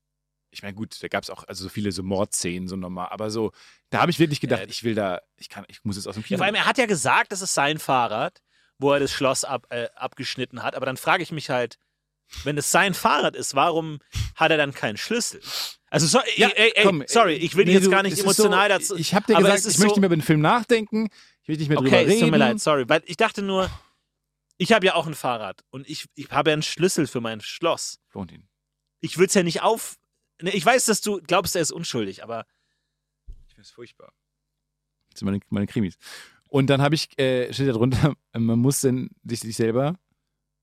C: Ich meine, gut, da gab es auch also so viele so Mordszenen so normal, aber so, da habe ich wirklich gedacht,
D: Ja.
C: ich will da, ich kann, ich muss jetzt aus dem
D: Ja,
C: Kino.
D: vor allem, er hat ja gesagt, das ist sein Fahrrad, wo er das Schloss ab, äh, abgeschnitten hat. Aber dann frage ich mich halt, wenn es sein Fahrrad ist, warum hat er dann keinen Schlüssel? Also, so,
C: Ja,
D: ey, ey,
C: komm, äh,
D: sorry, ich will
C: nee,
D: jetzt
C: du,
D: gar nicht
C: es ist
D: emotional
C: so,
D: dazu.
C: Ich habe dir
D: aber
C: gesagt,
D: es ist
C: ich möchte
D: so-
C: nicht mehr über den Film nachdenken, ich will nicht mehr drüber
D: Okay,
C: reden.
D: es tut mir leid, sorry. Weil ich dachte nur, ich habe ja auch ein Fahrrad und ich, ich habe ja einen Schlüssel für mein Schloss.
C: Lohnt ihn.
D: Ich würde es ja nicht auf. Ne, Ich weiß, dass du glaubst, er ist unschuldig, aber
C: Ich finde es furchtbar. Das sind meine, meine Krimis. Und dann habe ich, äh, steht da drunter, man muss denn sich, sich selber,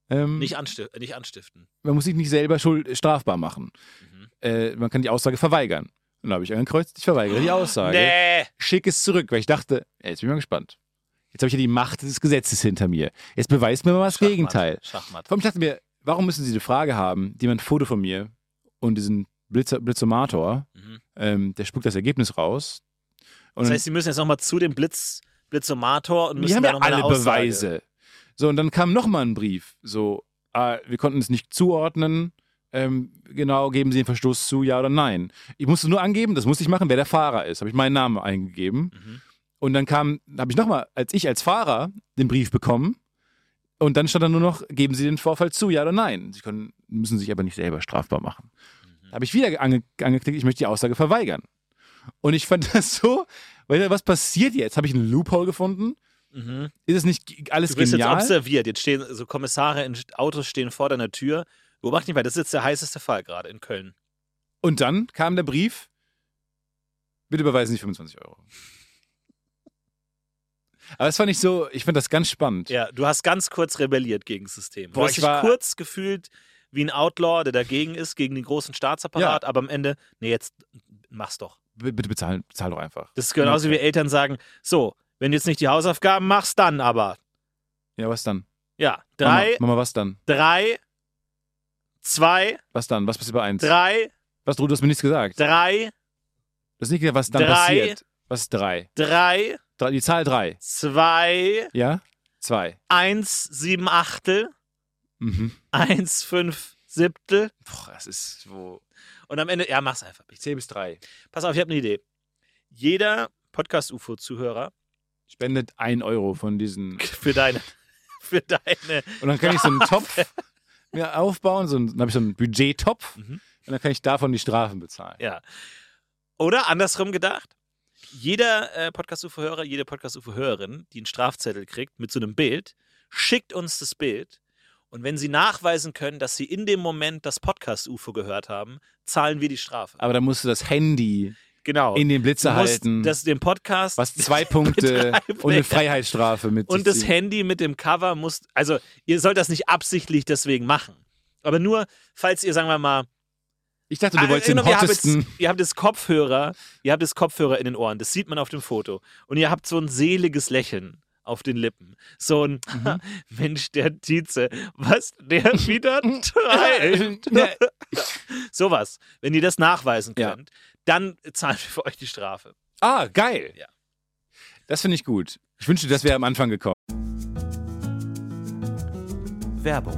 C: ähm,
D: nicht, ansti nicht anstiften.
C: man muss sich nicht selber schuld, äh, strafbar machen.
D: Mhm.
C: Äh, man kann die Aussage verweigern. Und da habe ich angekreuzt, ich verweigere die Aussage.
D: Nee.
C: schick es zurück, weil ich dachte, ey, jetzt bin ich mal gespannt. Jetzt habe ich ja die Macht des Gesetzes hinter mir. Jetzt beweist mir mal das
D: Schachmatt,
C: Gegenteil.
D: Schachmatt.
C: Vor allem, ich dachte mir, warum müssen Sie eine Frage haben, die man ein Foto von mir und diesen Blitzer, Blitzomator,
D: Mhm.
C: ähm, der spuckt das Ergebnis raus. Und
D: Das heißt, sie müssen jetzt nochmal zu dem Blitz, Blitzomator und
C: dann, die
D: müssen
C: haben
D: da
C: ja
D: noch mal
C: alle
D: eine Aussage.
C: Beweise. So, und dann kam nochmal ein Brief, so, ah, wir konnten es nicht zuordnen. Ähm, genau, geben Sie den Verstoß zu, ja oder nein. Ich musste nur angeben, das musste ich machen, wer der Fahrer ist. Habe ich meinen Namen eingegeben.
D: Mhm.
C: Und dann kam, habe ich nochmal, als ich als Fahrer den Brief bekommen, und dann stand da nur noch, geben Sie den Vorfall zu, ja oder nein. Sie können, müssen sich aber nicht selber strafbar machen.
D: Mhm.
C: Da habe ich wieder ange, angeklickt, ich möchte die Aussage verweigern. Und ich fand das so, weil was passiert jetzt? Habe ich einen Loophole gefunden?
D: Mhm.
C: Ist es nicht g- alles
D: Du bist jetzt
C: genial?
D: observiert. Jetzt stehen so Kommissare in Autos stehen vor deiner Tür. Beobacht nicht mal, das ist jetzt der heißeste Fall gerade in Köln.
C: und dann kam der Brief, bitte beweisen Sie 25 Euro. Aber das fand ich so, ich fand das ganz spannend.
D: Ja, du hast ganz kurz rebelliert gegen das System. Du
C: Boah,
D: hast
C: ich
D: dich
C: war-
D: kurz gefühlt wie ein Outlaw, der dagegen ist, gegen den großen Staatsapparat, aber am Ende, nee, jetzt mach's doch.
C: B- Bitte bezahlen, bezahl doch einfach.
D: Das ist genauso wie Eltern sagen, so, wenn du jetzt nicht die Hausaufgaben machst, dann aber.
C: Ja, was dann?
D: Ja, drei,
C: Mama, Mama, was dann?
D: drei, zwei,
C: Was dann? Was passiert bei eins?
D: drei,
C: Was, du, du hast mir nichts gesagt. Du
D: drei,
C: hast nicht gesagt, was dann
D: Drei.
C: passiert. Was ist drei?
D: drei,
C: drei? Die Zahl drei.
D: zwei,
C: Ja? Zwei.
D: eins, sieben Achtel,
C: Mhm.
D: eins, fünf Siebtel
C: Boah, das ist wo.
D: und am Ende, ja, mach's einfach.
C: Ich zähle bis drei.
D: Pass auf, ich habe eine Idee. Jeder Podcast-UFO-Zuhörer
C: Spendet ein Euro von diesen.
D: für deine, für deine,
C: Und dann kann ich so einen Topf mir aufbauen. So einen, dann habe ich so einen Budgettopf.
D: Mhm.
C: Und dann kann ich davon die Strafen bezahlen.
D: ja. Oder andersrum gedacht, jeder äh, Podcast-UFO-Hörer, jede Podcast-UFO-Hörerin, die einen Strafzettel kriegt mit so einem Bild, schickt uns das Bild. Und wenn sie nachweisen können, dass sie in dem Moment das Podcast-UFO gehört haben, zahlen wir die Strafe.
C: Aber dann musst du das Handy
D: Genau.
C: in den Blitzer
D: du musst
C: halten.
D: Das, den Podcast
C: was zwei Punkte
D: Betreiben.
C: und eine Freiheitsstrafe mit sich
D: Und das
C: ziehen.
D: Handy mit dem Cover muss, also ihr sollt das nicht absichtlich deswegen machen. Aber nur, falls ihr, sagen wir mal,
C: Ich dachte, du
D: Ah,
C: wolltest den
D: genau, wir haben
C: hottesten.
D: jetzt- ihr habt das Kopfhörer, ihr habt das Kopfhörer in den Ohren, das sieht man auf dem Foto. Und ihr habt so ein seliges Lächeln auf den Lippen. So ein
C: Mhm.
D: Mensch, der Tietze, was der wieder treibt.
C: Ja.
D: Sowas. Wenn ihr das nachweisen
C: Ja.
D: könnt, dann zahlen wir für euch die Strafe.
C: Ah, geil.
D: Ja.
C: Das finde ich gut. Ich wünschte, das wäre am Anfang gekommen.
D: Werbung.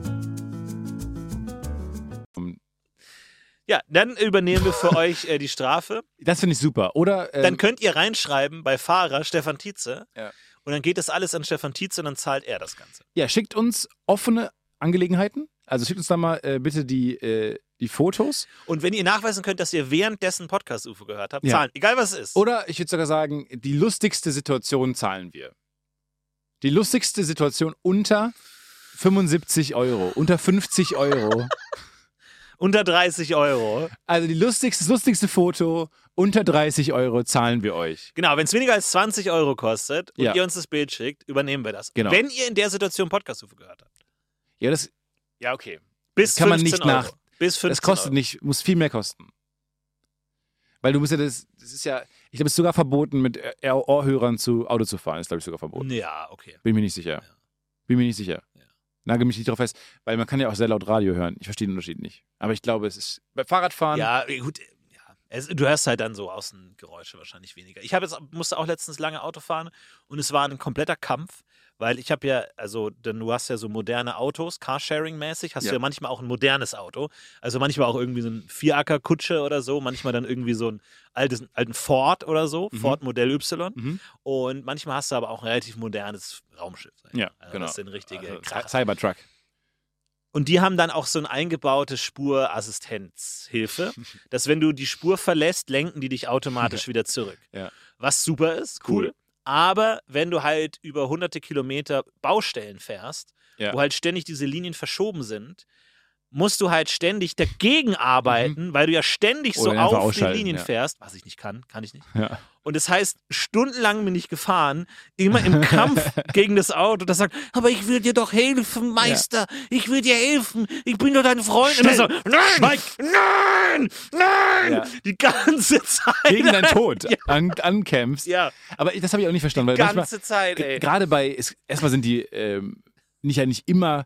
D: Ja, dann übernehmen wir für euch äh, die Strafe.
C: Das finde ich super. Oder ähm,
D: Dann könnt ihr reinschreiben bei Fahrer Stefan Tietze.
C: Ja.
D: Und dann geht das alles an Stefan Tietze und dann zahlt er das Ganze.
C: ja, schickt uns offene Angelegenheiten. Also schickt uns da mal äh, bitte die, äh, die Fotos.
D: Und wenn ihr nachweisen könnt, dass ihr währenddessen Podcast-UFO gehört habt,
C: Ja.
D: zahlen. Egal was es ist.
C: Oder ich würde sogar sagen, die lustigste Situation zahlen wir. Die lustigste Situation unter 75 Euro, unter 50 Euro.
D: Unter 30 Euro.
C: Also die lustigste, das lustigste Foto unter 30 Euro zahlen wir euch.
D: Genau, wenn es weniger als 20 Euro kostet und
C: Ja.
D: ihr uns das Bild schickt, übernehmen wir das.
C: Genau.
D: Wenn ihr in der Situation Podcast-UFO gehört habt.
C: Ja, das. Ja, okay.
D: Bis
C: Kann man
D: 15
C: nicht
D: Euro.
C: nach-
D: Bis 15
C: Das kostet
D: Euro.
C: nicht, muss viel mehr kosten. Weil du musst ja das, das ist ja, ich glaube, es ist sogar verboten, mit Ohr- Ohrhörern zu Auto zu fahren. Ist, glaube ich, sogar verboten.
D: Ja, okay.
C: Bin mir nicht sicher. Bin mir nicht sicher.
D: Mhm. Ja.
C: Nagel mich nicht drauf fest, weil man kann ja auch sehr laut Radio hören. Ich verstehe den Unterschied nicht. Aber ich glaube, es ist bei Fahrradfahren.
D: Ja, äh, gut. Ja. Es, du hörst halt dann so Außengeräusche wahrscheinlich weniger. Ich habe jetzt musste auch letztens lange Auto fahren und es war ein kompletter Kampf, weil ich habe ja, also denn du hast ja so moderne Autos, Carsharing-mäßig, hast
C: Ja.
D: du ja manchmal auch ein modernes Auto. Also manchmal auch irgendwie so ein Vieracker-Kutsche oder so, manchmal dann irgendwie so ein altes, alten Ford oder so, Ford Modell Y.
C: Mhm.
D: Und manchmal hast du aber auch ein relativ modernes Raumschiff. sag ich
C: Ja,
D: mal. also
C: genau.
D: Das sind richtige
C: Also,
D: Kracher.
C: Cybertruck.
D: Und die haben dann auch so eine eingebaute Spurassistenzhilfe, dass wenn du die Spur verlässt, lenken die dich automatisch wieder zurück.
C: Ja.
D: Was super ist, cool.
C: Cool.
D: Aber wenn du halt über hunderte Kilometer Baustellen fährst,
C: Ja.
D: wo halt ständig diese Linien verschoben sind, musst du halt ständig dagegen arbeiten, weil du ja ständig
C: Mhm. Oder ihn
D: so
C: einfach
D: auf die
C: ausschalten,
D: Linien
C: ja.
D: fährst, was ich nicht kann, kann ich nicht.
C: Ja.
D: Und das heißt, stundenlang bin ich gefahren, immer im Kampf gegen das Auto, das sagt, aber ich will dir doch helfen, Meister, ich will dir helfen, ich bin doch dein Freund. Und das so, nein, nein, nein,
C: Ja.
D: die ganze Zeit.
C: Gegen deinen Tod an, ankämpfst.
D: ja,
C: Aber das habe ich auch nicht verstanden. Weil manchmal,
D: ganze Zeit,
C: Ge-
D: ey.
C: Gerade bei, es- erstmal sind die ähm, nicht ja nicht immer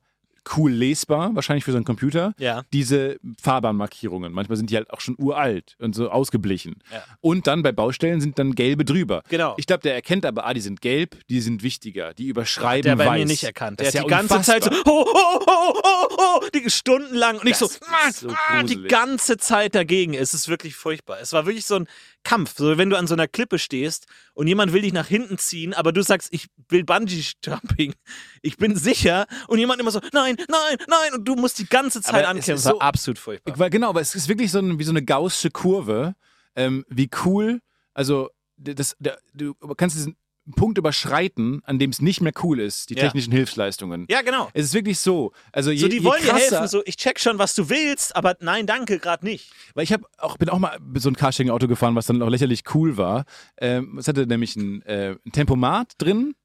C: cool lesbar, wahrscheinlich für so einen Computer.
D: Ja.
C: Diese Fahrbahnmarkierungen. Manchmal sind die halt auch schon uralt und so ausgeblichen.
D: Ja.
C: Und dann bei Baustellen sind dann gelbe drüber.
D: Genau.
C: Ich glaube, der erkennt aber, ah, die sind gelb, die sind wichtiger, die überschreiben
D: Der hat bei
C: weiß.
D: mir nicht erkannt. Der
C: Das
D: hat
C: ist ja
D: die ganze
C: unfassbar.
D: Zeit so, ho, ho, ho, ho, ho, die stundenlang und ich so,
C: Das ist
D: ah,
C: so
D: ah, die
C: gruselig.
D: ganze Zeit dagegen. Es ist wirklich furchtbar. Es war wirklich so ein Kampf. So, wenn du an so einer Klippe stehst und jemand will dich nach hinten ziehen, aber du sagst, ich will Bungee-Jumping. Ich bin sicher. Und jemand immer so, nein, nein, nein. Und du musst die ganze Zeit
C: Aber es
D: ankämpfen.
C: ist
D: Das war
C: so-
D: absolut furchtbar.
C: Weil, genau, aber es ist wirklich so ein, wie so eine gaußsche Kurve. Ähm, wie cool, also d- das, der, du kannst diesen Punkt überschreiten, an dem es nicht mehr cool ist, die
D: Ja.
C: technischen Hilfsleistungen.
D: Ja, genau.
C: Es ist wirklich so. Also je,
D: So, die
C: je
D: wollen dir
C: krasser,
D: helfen. So, ich check schon, was du willst, aber nein, danke, gerade nicht.
C: Weil ich hab auch, bin auch mal so ein Carsharing-Auto gefahren, was dann auch lächerlich cool war. Ähm, es hatte nämlich ein, äh, ein Tempomat drin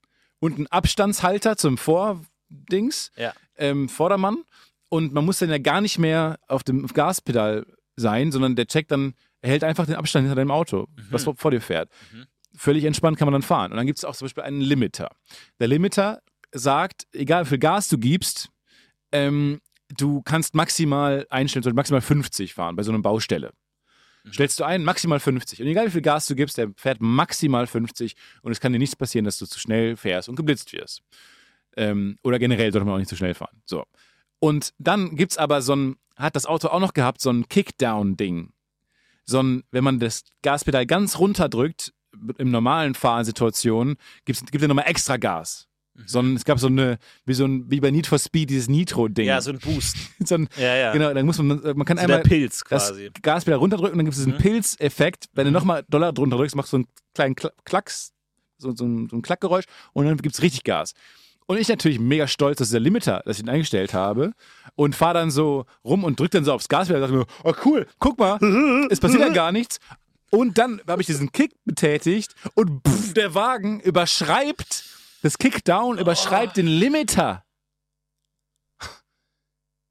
C: und einen Abstandshalter zum Vordings,
D: Ja.
C: ähm, Vordermann. Und man muss dann ja gar nicht mehr auf dem Gaspedal sein, sondern der checkt dann, er hält einfach den Abstand hinter deinem Auto, was vor vor dir fährt. Völlig entspannt kann man dann fahren. Und dann gibt es auch zum Beispiel einen Limiter. Der Limiter sagt, egal wie viel Gas du gibst, ähm, du kannst maximal einstellen, zum Beispiel maximal 50 fahren bei so einer Baustelle.
D: Mhm.
C: Stellst du ein, maximal 50. Und egal wie viel Gas du gibst, der fährt maximal 50 und es kann dir nichts passieren, dass du zu schnell fährst und geblitzt wirst. Ähm, oder generell sollte man auch nicht zu schnell fahren. So. Und dann gibt es aber so ein, hat das Auto auch noch gehabt, so ein Kickdown-Ding. So ein, wenn man das Gaspedal ganz runterdrückt, im normalen Fahrsituationen, gibt's, gibt er nochmal extra Gas.
D: Mhm.
C: Sondern es gab so eine, wie so ein, wie bei Need for Speed, dieses Nitro-Ding.
D: Ja, so ein Boost.
C: so ein,
D: Ja, ja.
C: Genau, dann muss man, man kann
D: So der
C: einmal
D: Pilz
C: das
D: quasi. Mhm.
C: Gas wieder runterdrücken und dann gibt es diesen Pilzeffekt. Wenn du nochmal Dollar drunter drückst, machst du so einen kleinen Kla- Klacks, so, so, ein, so ein Klackgeräusch und dann gibt es richtig Gas. Und ich natürlich mega stolz, dass der Limiter, dass ich ihn eingestellt habe und fahre dann so rum und drück dann so aufs Gas wieder und dachte mir, oh cool, guck mal, es passiert ja gar nichts. Und dann habe ich diesen Kick betätigt und pff, der Wagen überschreibt, das Kickdown
D: Oh.
C: überschreibt den Limiter.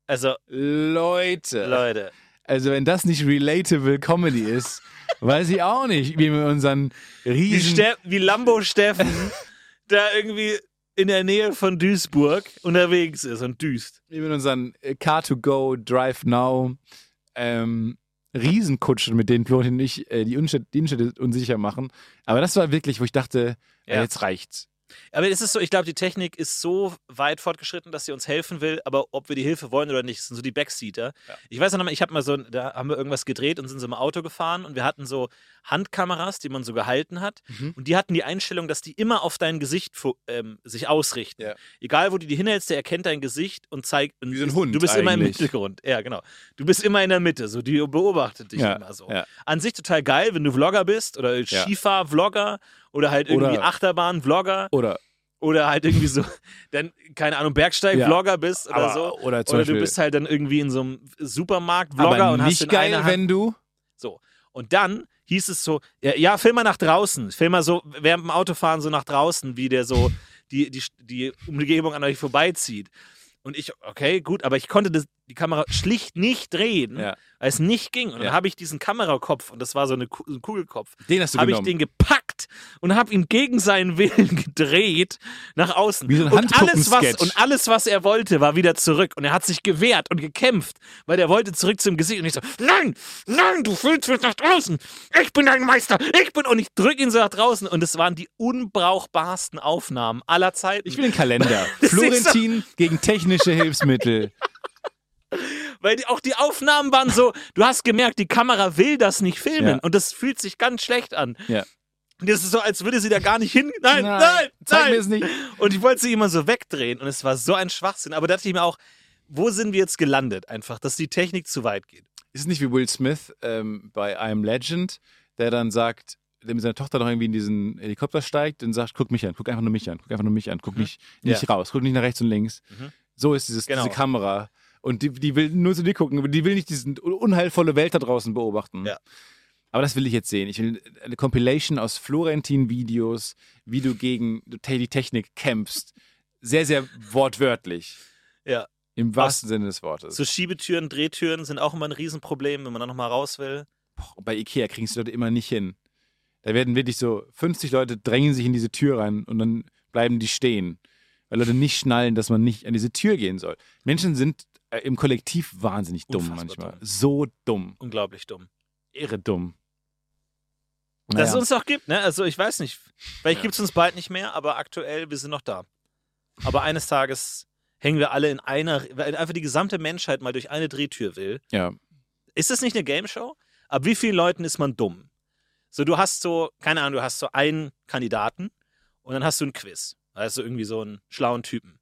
D: Also,
C: Leute.
D: Leute.
C: Also wenn das nicht relatable Comedy ist, weiß ich auch nicht, wie wir unseren
D: Wie,
C: riesen...
D: Ste wie Lambo Steffen da irgendwie in der Nähe von Duisburg unterwegs ist und düst.
C: wie mit unseren äh, Car2Go, Drive Now, ähm, Riesenkutschen, mit denen Florentin und ich äh, die Innenstädte, die Innenstädte unsicher machen. Aber das war wirklich, wo ich dachte, äh,
D: Ja.
C: jetzt reicht's.
D: Aber es ist so, ich glaube, die Technik ist so weit fortgeschritten, dass sie uns helfen will, aber ob wir die Hilfe wollen oder nicht, sind so die Backseater. Ich weiß noch mal, ich habe mal so, ein- da haben wir irgendwas gedreht und sind so im Auto gefahren und wir hatten so Handkameras, die man so gehalten hat
C: Mhm.
D: und die hatten die Einstellung, dass die immer auf dein Gesicht fo- ähm, sich ausrichten.
C: Ja.
D: Egal, wo du die hinhältst, der erkennt dein Gesicht und zeigt. Und
C: Wie so ein
D: ist-
C: Hund
D: Du bist immer im
C: eigentlich.
D: Mittelgrund. Ja, genau. Du bist immer in der Mitte, so die beobachtet dich
C: Ja,
D: immer so.
C: ja.
D: An sich total geil, wenn du Vlogger bist oder Skifahr-Vlogger oder halt irgendwie
C: Oder-
D: Achterbahn-Vlogger
C: Oder,
D: oder halt irgendwie so, dann, keine Ahnung, Bergsteig-Vlogger bist oder
C: aber,
D: so.
C: oder zum
D: Oder
C: Beispiel,
D: du bist halt dann irgendwie in so einem Supermarkt-Vlogger
C: aber
D: und hast
C: nicht
D: in
C: geil,
D: einer Hand
C: wenn du...
D: so. Und dann hieß es so, ja, ja, film mal nach draußen. Film mal so während dem Autofahren so nach draußen, wie der so die, die, die Umgebung an euch vorbeizieht. Und ich, okay, gut, aber ich konnte das, die Kamera schlicht nicht drehen,
C: Ja.
D: weil es nicht ging. Und
C: Ja.
D: dann habe ich diesen Kamerakopf, und das war so, eine, Ku- so ein Kugelkopf,
C: Den hast du
D: habe ich
C: genommen.
D: den gepackt und habe ihn gegen seinen Willen gedreht nach außen.
C: Wie so ein
D: und alles, was,
C: Handpuppensketch.
D: und alles, was er wollte, war wieder zurück. Und er hat sich gewehrt und gekämpft, weil er wollte zurück zum Gesicht. Und ich so, nein, nein, du fühlst mich nach draußen. Ich bin dein Meister. Ich bin. Und ich drücke ihn so nach draußen. Und es waren die unbrauchbarsten Aufnahmen aller Zeiten.
C: Ich will den Kalender.
D: Das ist so-
C: Florentin gegen technische Hilfsmittel.
D: Weil die, auch die Aufnahmen waren so, du hast gemerkt, die Kamera will das nicht filmen
C: Ja.
D: und das fühlt sich ganz schlecht an.
C: Ja.
D: Und das ist so, als würde sie da gar nicht hin. Nein, nein, nein.
C: Zeig mir es nicht.
D: Und ich wollte sie immer so wegdrehen und es war so ein Schwachsinn. Aber da dachte ich mir auch, wo sind wir jetzt gelandet einfach, dass die Technik zu weit geht?
C: Ist es nicht wie Will Smith ähm, bei I'm Legend, der dann sagt, der mit seiner Tochter noch irgendwie in diesen Helikopter steigt und sagt, guck mich an, guck einfach nur mich an, guck einfach nur mich an,
D: Mhm.
C: guck mich nicht raus, guck nicht nach rechts und links. So ist dieses,
D: Genau.
C: diese Kamera. Und die, die will nur zu dir gucken, aber die will nicht diese unheilvolle Welt da draußen beobachten.
D: Ja.
C: Aber das will ich jetzt sehen. Ich will eine Compilation aus Florentin-Videos, wie du gegen die Technik kämpfst. Sehr, sehr wortwörtlich.
D: Ja.
C: Im wahrsten Sinne des Wortes.
D: So Schiebetüren, Drehtüren sind auch immer ein Riesenproblem, wenn man da nochmal raus will.
C: bei Ikea kriegen es die Leute immer nicht hin. Da werden wirklich so 50 Leute drängen sich in diese Tür rein und dann bleiben die stehen, weil Leute nicht schnallen, dass man nicht an diese Tür gehen soll. Menschen sind äh, im Kollektiv wahnsinnig dumm
D: Unfassbar
C: manchmal.
D: dumm.
C: So dumm.
D: Unglaublich dumm.
C: Irre dumm.
D: Dass es uns noch gibt, ne? Also ich weiß nicht. Vielleicht gibt es uns bald nicht mehr, aber aktuell, wir sind noch da. Aber eines Tages hängen wir alle in einer, weil einfach die gesamte Menschheit mal durch eine Drehtür will.
C: ja.
D: Ist das nicht eine Game Show? Ab wie vielen Leuten ist man dumm? So, du hast so, keine Ahnung, du hast so einen Kandidaten und dann hast du ein Quiz. Also irgendwie so einen schlauen Typen.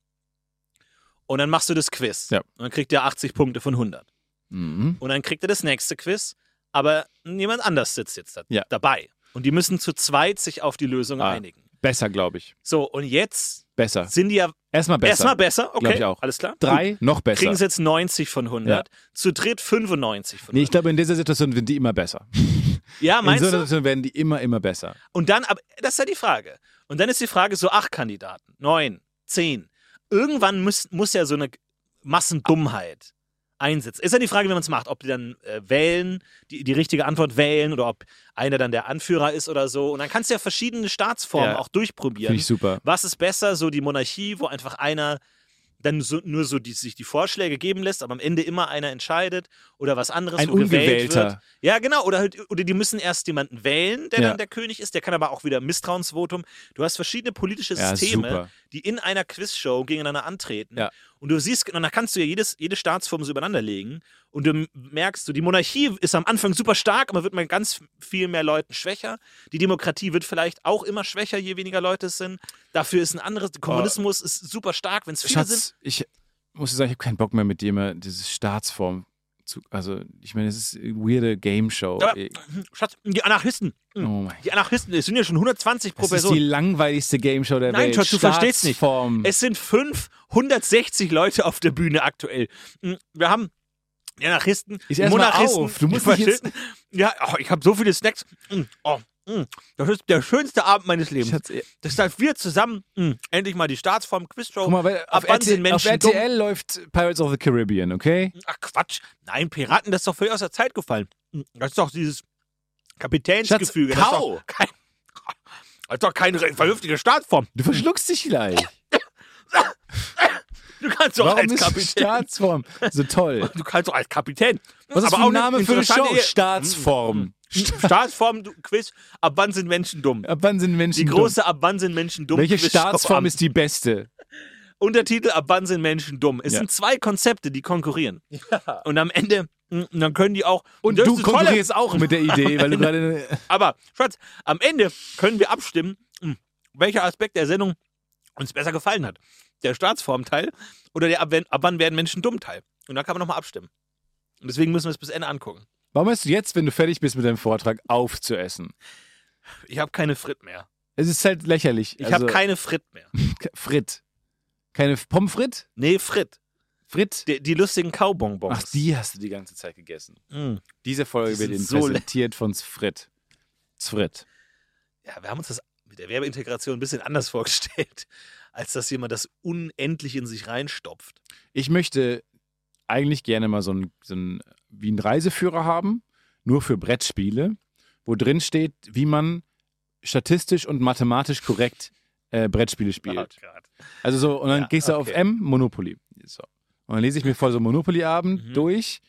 D: Und dann machst du das Quiz.
C: Ja.
D: Und dann kriegt der 80 Punkte von 100.
C: Mhm.
D: Und dann kriegt er das nächste Quiz, aber jemand anders sitzt jetzt da
C: Ja.
D: dabei. Und die müssen zu zweit sich auf die Lösung
C: Ah.
D: einigen.
C: Besser, glaube ich.
D: So, und jetzt
C: Besser.
D: sind die ja
C: Erstmal besser.
D: erstmal besser. Okay,
C: Glaub ich auch.
D: alles klar. Gut.
C: Drei, noch besser.
D: Kriegen sie jetzt 90 von 100. Zu dritt 95 von
C: nee,
D: 100.
C: ich glaube, in dieser Situation werden die immer besser.
D: ja,
C: In so
D: meinst
C: einer
D: du?
C: Situation werden die immer, immer besser.
D: Und dann, aber das ist ja die Frage. Und dann ist die Frage so acht Kandidaten, neun, zehn. Irgendwann muss, muss ja so eine Massendummheit einsetzt. Ist ja die Frage, wie man es macht, ob die dann äh, wählen, die, die richtige Antwort wählen oder ob einer dann der Anführer ist oder so. Und dann kannst du ja verschiedene Staatsformen
C: Ja.
D: auch durchprobieren.
C: Finde ich super.
D: Was ist besser, so die Monarchie, wo einfach einer dann so, nur so die, sich die Vorschläge geben lässt, aber am Ende immer einer entscheidet oder was anderes
C: Ein
D: wo gewählt
C: Ungewählter.
D: wird. Ja, genau. Oder, halt, oder die müssen erst jemanden wählen, der
C: Ja.
D: dann der König ist. Der kann aber auch wieder Misstrauensvotum. Du hast verschiedene politische
C: Ja,
D: Systeme,
C: super.
D: die in einer Quizshow gegeneinander antreten.
C: Ja.
D: Und du siehst, und dann kannst du ja jedes, jede Staatsform so übereinander legen. Und du m- merkst, du, die Monarchie ist am Anfang super stark, aber wird mit ganz viel mehr Leuten schwächer. Die Demokratie wird vielleicht auch immer schwächer, je weniger Leute es sind. Dafür ist ein anderes, der Kommunismus ist super stark, wenn es viele sind.
C: Äh, Schatz, ich muss dir sagen, ich habe keinen Bock mehr mit dir immer diese Staatsform zu. Also, ich meine, es ist eine weirde Game Show.
D: Aber-
C: Ey,
D: Mhm. Schatz, die Anarchisten.
C: oh mein Gott.
D: Die Anarchisten, es sind ja schon 120 pro
C: Das ist
D: Person.
C: die langweiligste Game Show der
D: Nein,
C: Welt.
D: Schatz, du verstehst nicht.
C: Staatsform.
D: Es sind 560 Leute auf der Bühne aktuell. Hm, Wir haben die Anarchisten,
C: Ist
D: die
C: erst mal
D: Monarchisten,
C: auf. Du musst
D: die
C: nicht jetzt-
D: Faschisten. Ja, oh, ich habe so viele Snacks. Mm, Oh, mm, das ist der schönste Abend meines Lebens.
C: Schatz, ey,
D: Das heißt, wir zusammen mm, endlich mal die Staatsform Quizshow.
C: guck mal, weil
D: Ab
C: auf,
D: wann sind
C: RTL, auf
D: Menschen
C: RTL läuft Pirates of the Caribbean, okay?
D: dumm? Ach Quatsch. Nein, Piraten, das ist doch völlig aus der Zeit gefallen. Mm, Das ist doch dieses Kapitänsgefüge.
C: Schatz,
D: das ist
C: kau.
D: doch kein- Das ist doch keine re- vernünftige Staatsform.
C: Du verschluckst dich gleich.
D: Du kannst doch
C: Warum
D: als
C: ist die
D: Kapitän.
C: Staatsform so toll?
D: Du kannst doch als Kapitän.
C: Was ist das
D: aber
C: für
D: auch
C: ein Name
D: eine
C: für eine Show?
D: interessante Ehe-
C: Staatsform.
D: Staatsform, du Quiz. Ab wann sind Menschen dumm?
C: Ab wann sind Menschen
D: Die große Ab wann sind Menschen dumm?
C: dumm? Welche
D: Quizshow
C: Staatsform
D: am-
C: ist die beste?
D: Untertitel Ab wann sind Menschen dumm? Es
C: Ja.
D: sind zwei Konzepte, die konkurrieren. Und am Ende, mm, und dann können die auch.
C: Und
D: das
C: du
D: ist das Tolle.
C: konkurrierst auch mit der Idee, weil du gerade
D: Aber, Schatz, am Ende können wir abstimmen, mm, welcher Aspekt der Sendung uns besser gefallen hat. Der Staatsformteil oder der Ab, wenn, ab wann werden Menschen dumm Teil. Und dann kann man nochmal abstimmen. Und deswegen müssen wir es bis Ende angucken.
C: Warum hast du jetzt, wenn du fertig bist mit deinem Vortrag, aufzuessen?
D: Ich habe keine Frit mehr.
C: Es ist halt lächerlich.
D: Ich
C: also,
D: habe keine Frit mehr.
C: ke- Frit. Keine F- Pommes frites?
D: Nee, Frit.
C: Frit?
D: Die, die lustigen Kaubonbons.
C: Ach, die hast du die ganze Zeit gegessen.
D: Mm.
C: Diese Folge
D: Die
C: wird
D: sind
C: Ihnen
D: so
C: präsentiert von Sfrit. Sfrit.
D: Ja, wir haben uns das mit der Werbeintegration ein bisschen anders vorgestellt, als dass jemand das unendlich in sich reinstopft.
C: Ich möchte eigentlich gerne mal so einen, so einen wie einen Reiseführer haben, nur für Brettspiele, wo drin steht, wie man statistisch und mathematisch korrekt äh, Brettspiele spielt.
D: Oh Gott.
C: Also so, und dann
D: Ja,
C: gehst du auf
D: okay.
C: M, Monopoly. So. Und dann lese ich mir voll so Monopoly-Abend
D: Mhm.
C: durch.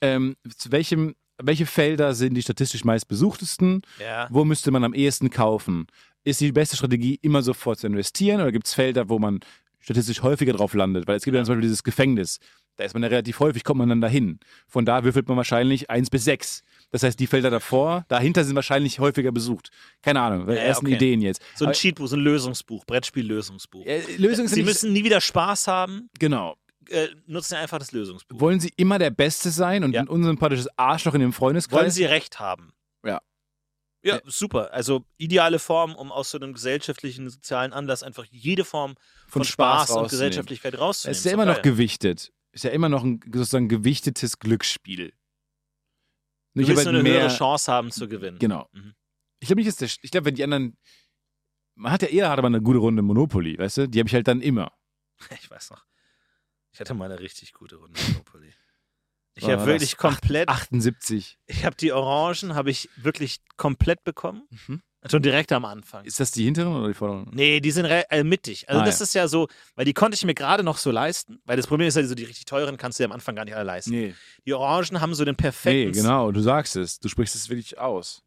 C: Ähm, zu welchem, welche Felder sind die statistisch meistbesuchtesten?
D: Ja.
C: Wo müsste man am ehesten kaufen? Ist die beste Strategie, immer sofort zu investieren? Oder gibt es Felder, wo man statistisch häufiger drauf landet? Weil es gibt ja zum Beispiel dieses Gefängnis. Da ist man ja relativ häufig, kommt man dann dahin. Von da würfelt man wahrscheinlich 1 bis 6. Das heißt, die Felder davor, dahinter sind wahrscheinlich häufiger besucht. Keine Ahnung,
D: ja,
C: ersten
D: okay.
C: Ideen jetzt.
D: So ein
C: Aber,
D: Cheatbuch, so ein Lösungsbuch, Brettspiel-Lösungsbuch.
C: äh, Lösungen
D: Sie
C: sind
D: müssen nie wieder Spaß haben,
C: genau.
D: äh, nutzen einfach das Lösungsbuch.
C: Wollen sie immer der Beste sein und
D: Ja.
C: sind unsympathisches Arschloch in dem Freundeskreis?
D: Wollen sie Recht haben?
C: Ja.
D: Ja,
C: Ja.
D: super. Also ideale Form, um aus so einem gesellschaftlichen, sozialen Anlass einfach jede Form von, Spaß, und
C: rausnehmen.
D: Gesellschaftlichkeit rauszunehmen.
C: Es ist ja
D: doch
C: immer noch
D: geil.
C: gewichtet. Ist ja immer noch ein sozusagen gewichtetes Glücksspiel.
D: Du
C: Nicht
D: willst
C: aber
D: nur eine
C: mehr,
D: höhere Chance haben zu gewinnen.
C: Genau.
D: Mhm.
C: Ich glaube nicht, dass der, ich glaube, wenn die anderen, man hat ja eher hat aber eine gute Runde Monopoly, weißt du? Die habe ich halt dann immer.
D: Ich weiß noch. Ich hatte mal eine richtig gute Runde Monopoly. Ich
C: War
D: habe
C: das
D: wirklich
C: acht-
D: komplett,
C: 78.
D: ich habe die Orangen, habe ich wirklich komplett bekommen.
C: Mhm.
D: Schon direkt am Anfang.
C: Ist das die hinteren oder die vorderen?
D: Nee, die sind re- äh, mittig. Also
C: Ah,
D: das
C: ja.
D: ist ja so, weil die konnte ich mir gerade noch so leisten. Weil das Problem ist ja, so die richtig teuren kannst du dir am Anfang gar nicht alle leisten.
C: Nee.
D: Die Orangen haben so den
C: Nee,
D: perfekten,
C: genau, du sagst es. Du sprichst es wirklich aus.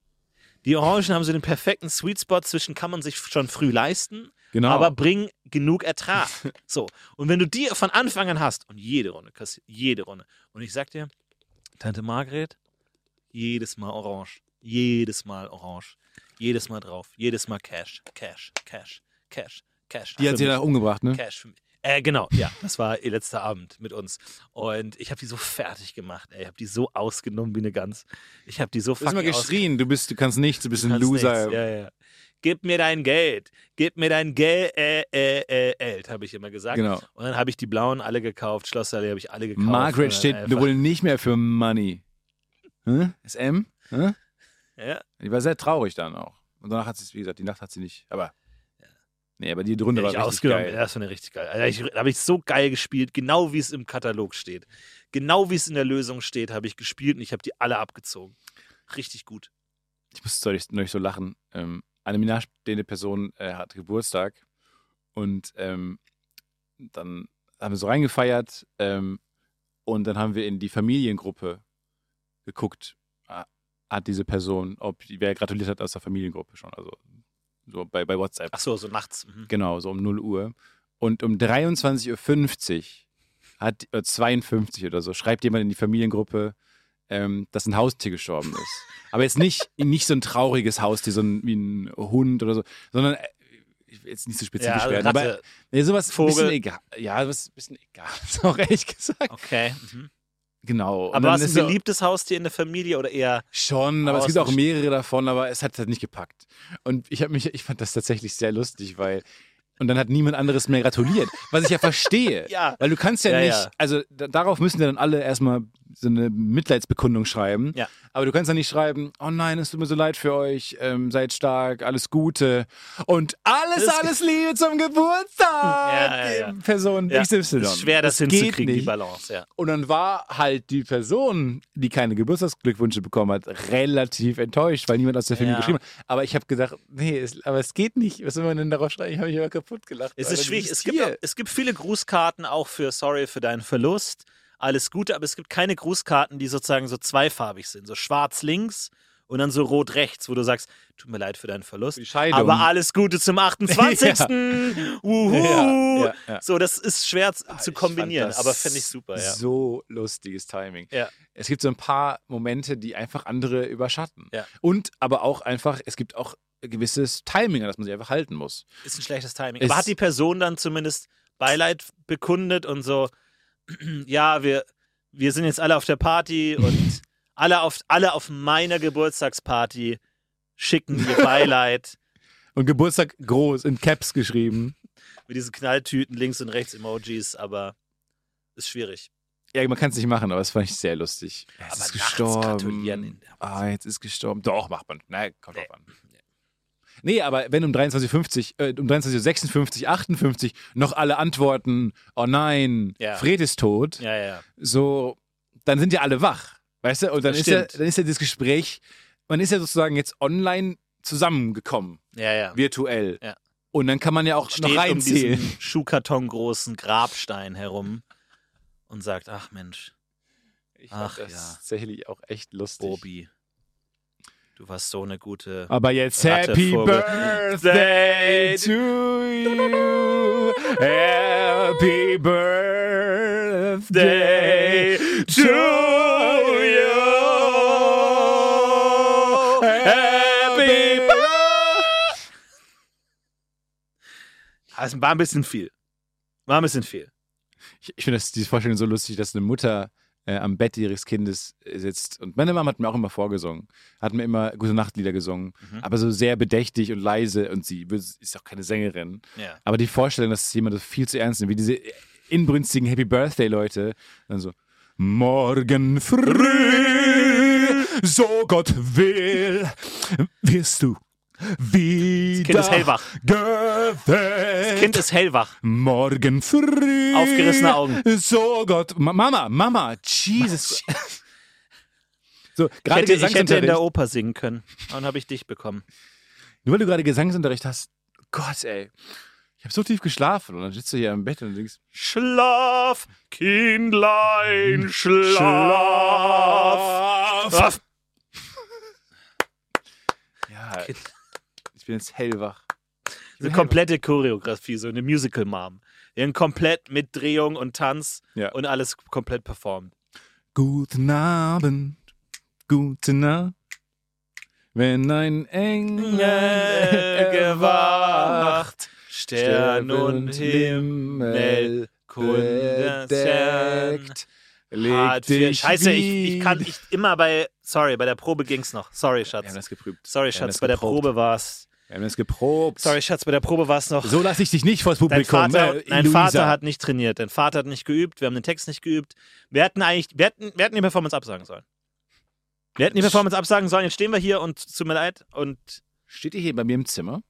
D: die Orangen haben so den perfekten Sweet Spot zwischen kann man sich schon früh leisten,
C: Genau.
D: aber bringen genug Ertrag. so. Und wenn du die von Anfang an hast und jede Runde, kassier- jede Runde. Und ich sag dir, Tante Margret, jedes Mal orange. Jedes Mal orange. Jedes Mal drauf. Jedes Mal Cash, Cash, Cash, Cash, Cash.
C: die hat
D: Für
C: sie
D: mich.
C: dann umgebracht, ne?
D: Cash für mich. Äh, genau, ja, das war ihr letzter Abend mit uns. Und ich habe die so fertig gemacht, ey. Ich habe die so ausgenommen wie eine Gans. Ich habe die so
C: Du hast
D: fucking
C: immer geschrien, du bist, du kannst nichts, du bist ein
D: kannst
C: Loser.
D: nichts. Ja, ja. Gib mir dein Geld. Gib mir dein Geld, äh, äh, äh, Geld, habe ich immer gesagt.
C: Genau.
D: Und dann habe ich die blauen alle gekauft, Schlossallee habe ich alle gekauft. äh, Und
C: Margaret
D: dann
C: steht
D: einfach-
C: wohl nicht mehr für Money. Hm? Ist M? Hm?
D: Ja,
C: Die war sehr traurig dann auch. Und danach hat sie es, wie gesagt, die Nacht hat sie nicht. Aber Nee, aber die Runde
D: Hätte
C: war
D: ich
C: richtig
D: ausgenommen.
C: geil.
D: Das war eine richtig geil. Also ich, da habe ich so geil gespielt, genau wie es im Katalog steht. Genau wie es in der Lösung steht, habe ich gespielt und ich habe die alle abgezogen. Richtig gut.
C: ich musste neulich, neulich so lachen. Ähm, eine mir nahestehende Person äh, hat Geburtstag und ähm, dann haben wir so reingefeiert ähm, und dann haben wir in die Familiengruppe geguckt, äh, hat diese Person, ob die- wer gratuliert hat aus der Familiengruppe schon, also so bei, bei WhatsApp.
D: Ach so, so nachts. Mhm.
C: Genau, so um 0 Uhr. Und um 23.50 Uhr hat, oder 52 oder so, schreibt jemand in die Familiengruppe, ähm, dass ein Haustier gestorben ist. Aber jetzt nicht, nicht so ein trauriges Haustier, so ein, wie ein Hund oder so, sondern äh, ich will jetzt nicht so spezifisch
D: Ja, also
C: werden. Aber
D: Ratte.
C: nee, sowas
D: Vogel.
C: ein bisschen egal. Ja, was ein bisschen egal, ist auch ehrlich gesagt.
D: Okay. Mhm.
C: Genau. Und
D: Aber
C: dann
D: war es
C: ist
D: ein
C: so-
D: beliebtes Haustier in der Familie oder eher
C: Schon,
D: Aber
C: aber es
D: es
C: gibt auch
D: ist-
C: mehrere davon, aber es hat halt nicht gepackt. Und ich habe mich, ich fand das tatsächlich sehr lustig, weil und dann hat niemand anderes mehr gratuliert, was ich ja verstehe.
D: Ja.
C: Weil du kannst ja,
D: Ja,
C: nicht,
D: ja.
C: also da, darauf müssen ja dann alle erstmal so eine Mitleidsbekundung schreiben.
D: Ja.
C: Aber du kannst ja nicht schreiben, oh nein, es tut mir so leid für euch, ähm, seid stark, alles Gute und alles,
D: Das-
C: alles Liebe zum Geburtstag.
D: Ja, ja, ja.
C: Person
D: Ja,
C: XY.
D: Ist schwer, das,
C: geht
D: hinzukriegen, die
C: nicht.
D: Balance. Ja.
C: Und dann war halt die Person, die keine Geburtstagsglückwünsche bekommen hat, relativ enttäuscht, weil niemand aus der Familie
D: Ja.
C: geschrieben hat. Aber ich habe gedacht, nee, es, aber es geht nicht. Was soll man denn darauf schreiben? Ich habe mich aber kaputt gelacht.
D: Es
C: Alter,
D: ist schwierig.
C: dieses
D: Es gibt, auch,
C: Tier.
D: es gibt viele Grußkarten auch für Sorry für deinen Verlust, alles Gute, aber es gibt keine Grußkarten, die sozusagen so zweifarbig sind, so schwarz links und dann so rot rechts, wo du sagst, tut mir leid für deinen Verlust,
C: Die Scheidung.
D: aber alles Gute zum 28. Wuhu.
C: Ja, ja, ja.
D: So, das ist schwer z-
C: Ah,
D: zu
C: ich fand
D: kombinieren,
C: das
D: aber finde ich super, ja.
C: So lustiges Timing.
D: Ja.
C: Es gibt so ein paar Momente, die einfach andere überschatten.
D: Ja.
C: Und aber auch einfach, es gibt auch gewisses Timing, an das man sich einfach halten muss.
D: Ist ein schlechtes Timing.
C: Es-
D: Aber hat die Person dann zumindest Beileid bekundet und so, ja, wir, wir sind jetzt alle auf der Party und alle auf, alle auf meiner Geburtstagsparty schicken ihr Beileid
C: Und Geburtstag groß in Caps geschrieben.
D: mit diesen Knalltüten links und rechts Emojis, aber ist schwierig.
C: Ja, man kann es nicht machen, aber es fand ich sehr lustig. Es
D: Aber
C: ist
D: nachts gratulieren
C: gestorben.
D: in der-
C: Ah, jetzt ist gestorben. Doch, macht man. Nein, kommt
D: Nee.
C: drauf an. Nee, aber wenn um 23.50, äh, um 23.56, 58 noch alle antworten, oh nein,
D: Ja.
C: Fred ist tot,
D: Ja, ja.
C: so, dann sind ja alle wach. Weißt du? Und dann
D: Das
C: ist, ja,
D: stimmt.
C: dann ist ja das Gespräch, man ist ja sozusagen jetzt online zusammengekommen,
D: Ja, ja.
C: virtuell.
D: Ja.
C: Und dann kann man ja auch noch
D: um
C: reinzählen.
D: diesen Schuhkarton großen Grabstein herum und sagt, ach Mensch,
C: ich fand
D: Ach,
C: das
D: ja.
C: tatsächlich auch echt lustig.
D: Bobi, du warst so eine gute
C: Aber jetzt
D: Ratte,
C: Happy
D: Vogel.
C: Birthday to you. Happy Birthday to you. Happy Birthday.
D: Ah, Es war ein bisschen viel. War ein bisschen viel.
C: Ich, ich finde das- diese Vorstellung so lustig, dass eine Mutter äh, am Bett ihres Kindes äh, sitzt. Und meine Mama hat mir auch immer vorgesungen, hat mir immer gute Nachtlieder gesungen,
D: Mhm.
C: aber so sehr bedächtig und leise. Und sie wür- ist auch keine Sängerin.
D: Ja.
C: Aber die Vorstellung, dass jemand das viel zu ernst nimmt, wie diese inbrünstigen Happy Birthday Leute, dann so Morgen früh, so Gott will, wirst du wieder
D: Kind ist hellwach.
C: geweckt.
D: Kind ist hellwach.
C: Morgen früh.
D: Aufgerissene Augen.
C: So Gott, Ma Mama, Mama, Jesus. so,
D: Ich hätte, ich
C: gerade
D: hätte in
C: Gesangsunterricht.
D: der Oper singen können. Und dann habe ich dich bekommen.
C: Nur weil du gerade Gesangsunterricht hast. Gott, ey. Ich habe so tief geschlafen und dann sitzt du hier im Bett und denkst,
D: Schlaf, Kindlein, Hm. schlaf. schlaf.
C: Ja, ich bin jetzt hellwach.
D: Eine komplette Choreografie, so eine Musical Mom. Ihren komplett mit Drehung und Tanz
C: Ja.
D: und alles komplett performt.
C: Guten Abend, guten Nacht. Wenn ein
D: Engel
C: Engel erwacht,
D: gewacht, Stern und Himmel Kunde Stern.
C: bedeckt, leg
D: Hart für-
C: dich
D: Scheiße, ich, ich kann
C: wieder-
D: ich immer bei. Sorry, bei der Probe ging's noch. Sorry,
C: Wir haben
D: Schatz.
C: das geprüft.
D: Sorry,
C: Wir haben
D: Schatz,
C: das
D: bei der
C: geprobt.
D: Probe war's.
C: Wir haben das geprobt.
D: Sorry, Schatz, bei der Probe war's noch.
C: So lasse ich dich nicht vors
D: Dein
C: Publikum.
D: Vater,
C: äh,
D: dein
C: Luisa.
D: Vater hat nicht trainiert, dein Vater hat nicht geübt, wir haben den Text nicht geübt. Wir hätten eigentlich, wir hätten, wir hätten die Performance absagen sollen. Wir hätten die Performance absagen sollen, jetzt stehen wir hier und es tut mir leid und
C: Steht ihr hier bei mir im Zimmer?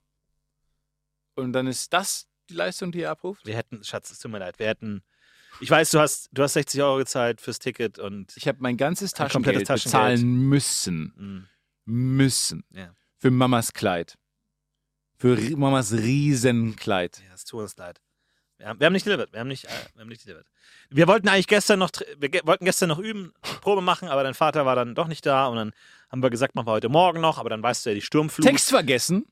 C: Und dann ist das die Leistung, die ihr abruft?
D: Wir hätten, Schatz, es tut mir leid, wir hätten. Ich weiß, du hast, du hast 60 Euro gezahlt fürs Ticket und.
C: Ich habe mein ganzes
D: Ein komplettes
C: Taschengeld,
D: Taschengeld.
C: bezahlen müssen.
D: Mh,
C: Müssen.
D: Ja.
C: Für Mamas Kleid. Für Ri- Mamas Riesenkleid.
D: ja, es tut uns leid. Wir haben, wir haben nicht delivered. Wir haben nicht, äh, wir haben nicht delivered. Wir wollten eigentlich gestern noch, tra- wir ge wollten gestern noch üben, Probe machen, aber dein Vater war dann doch nicht da und dann haben wir gesagt, machen wir heute Morgen noch, aber dann weißt du ja, die Sturmflut.
C: Text vergessen.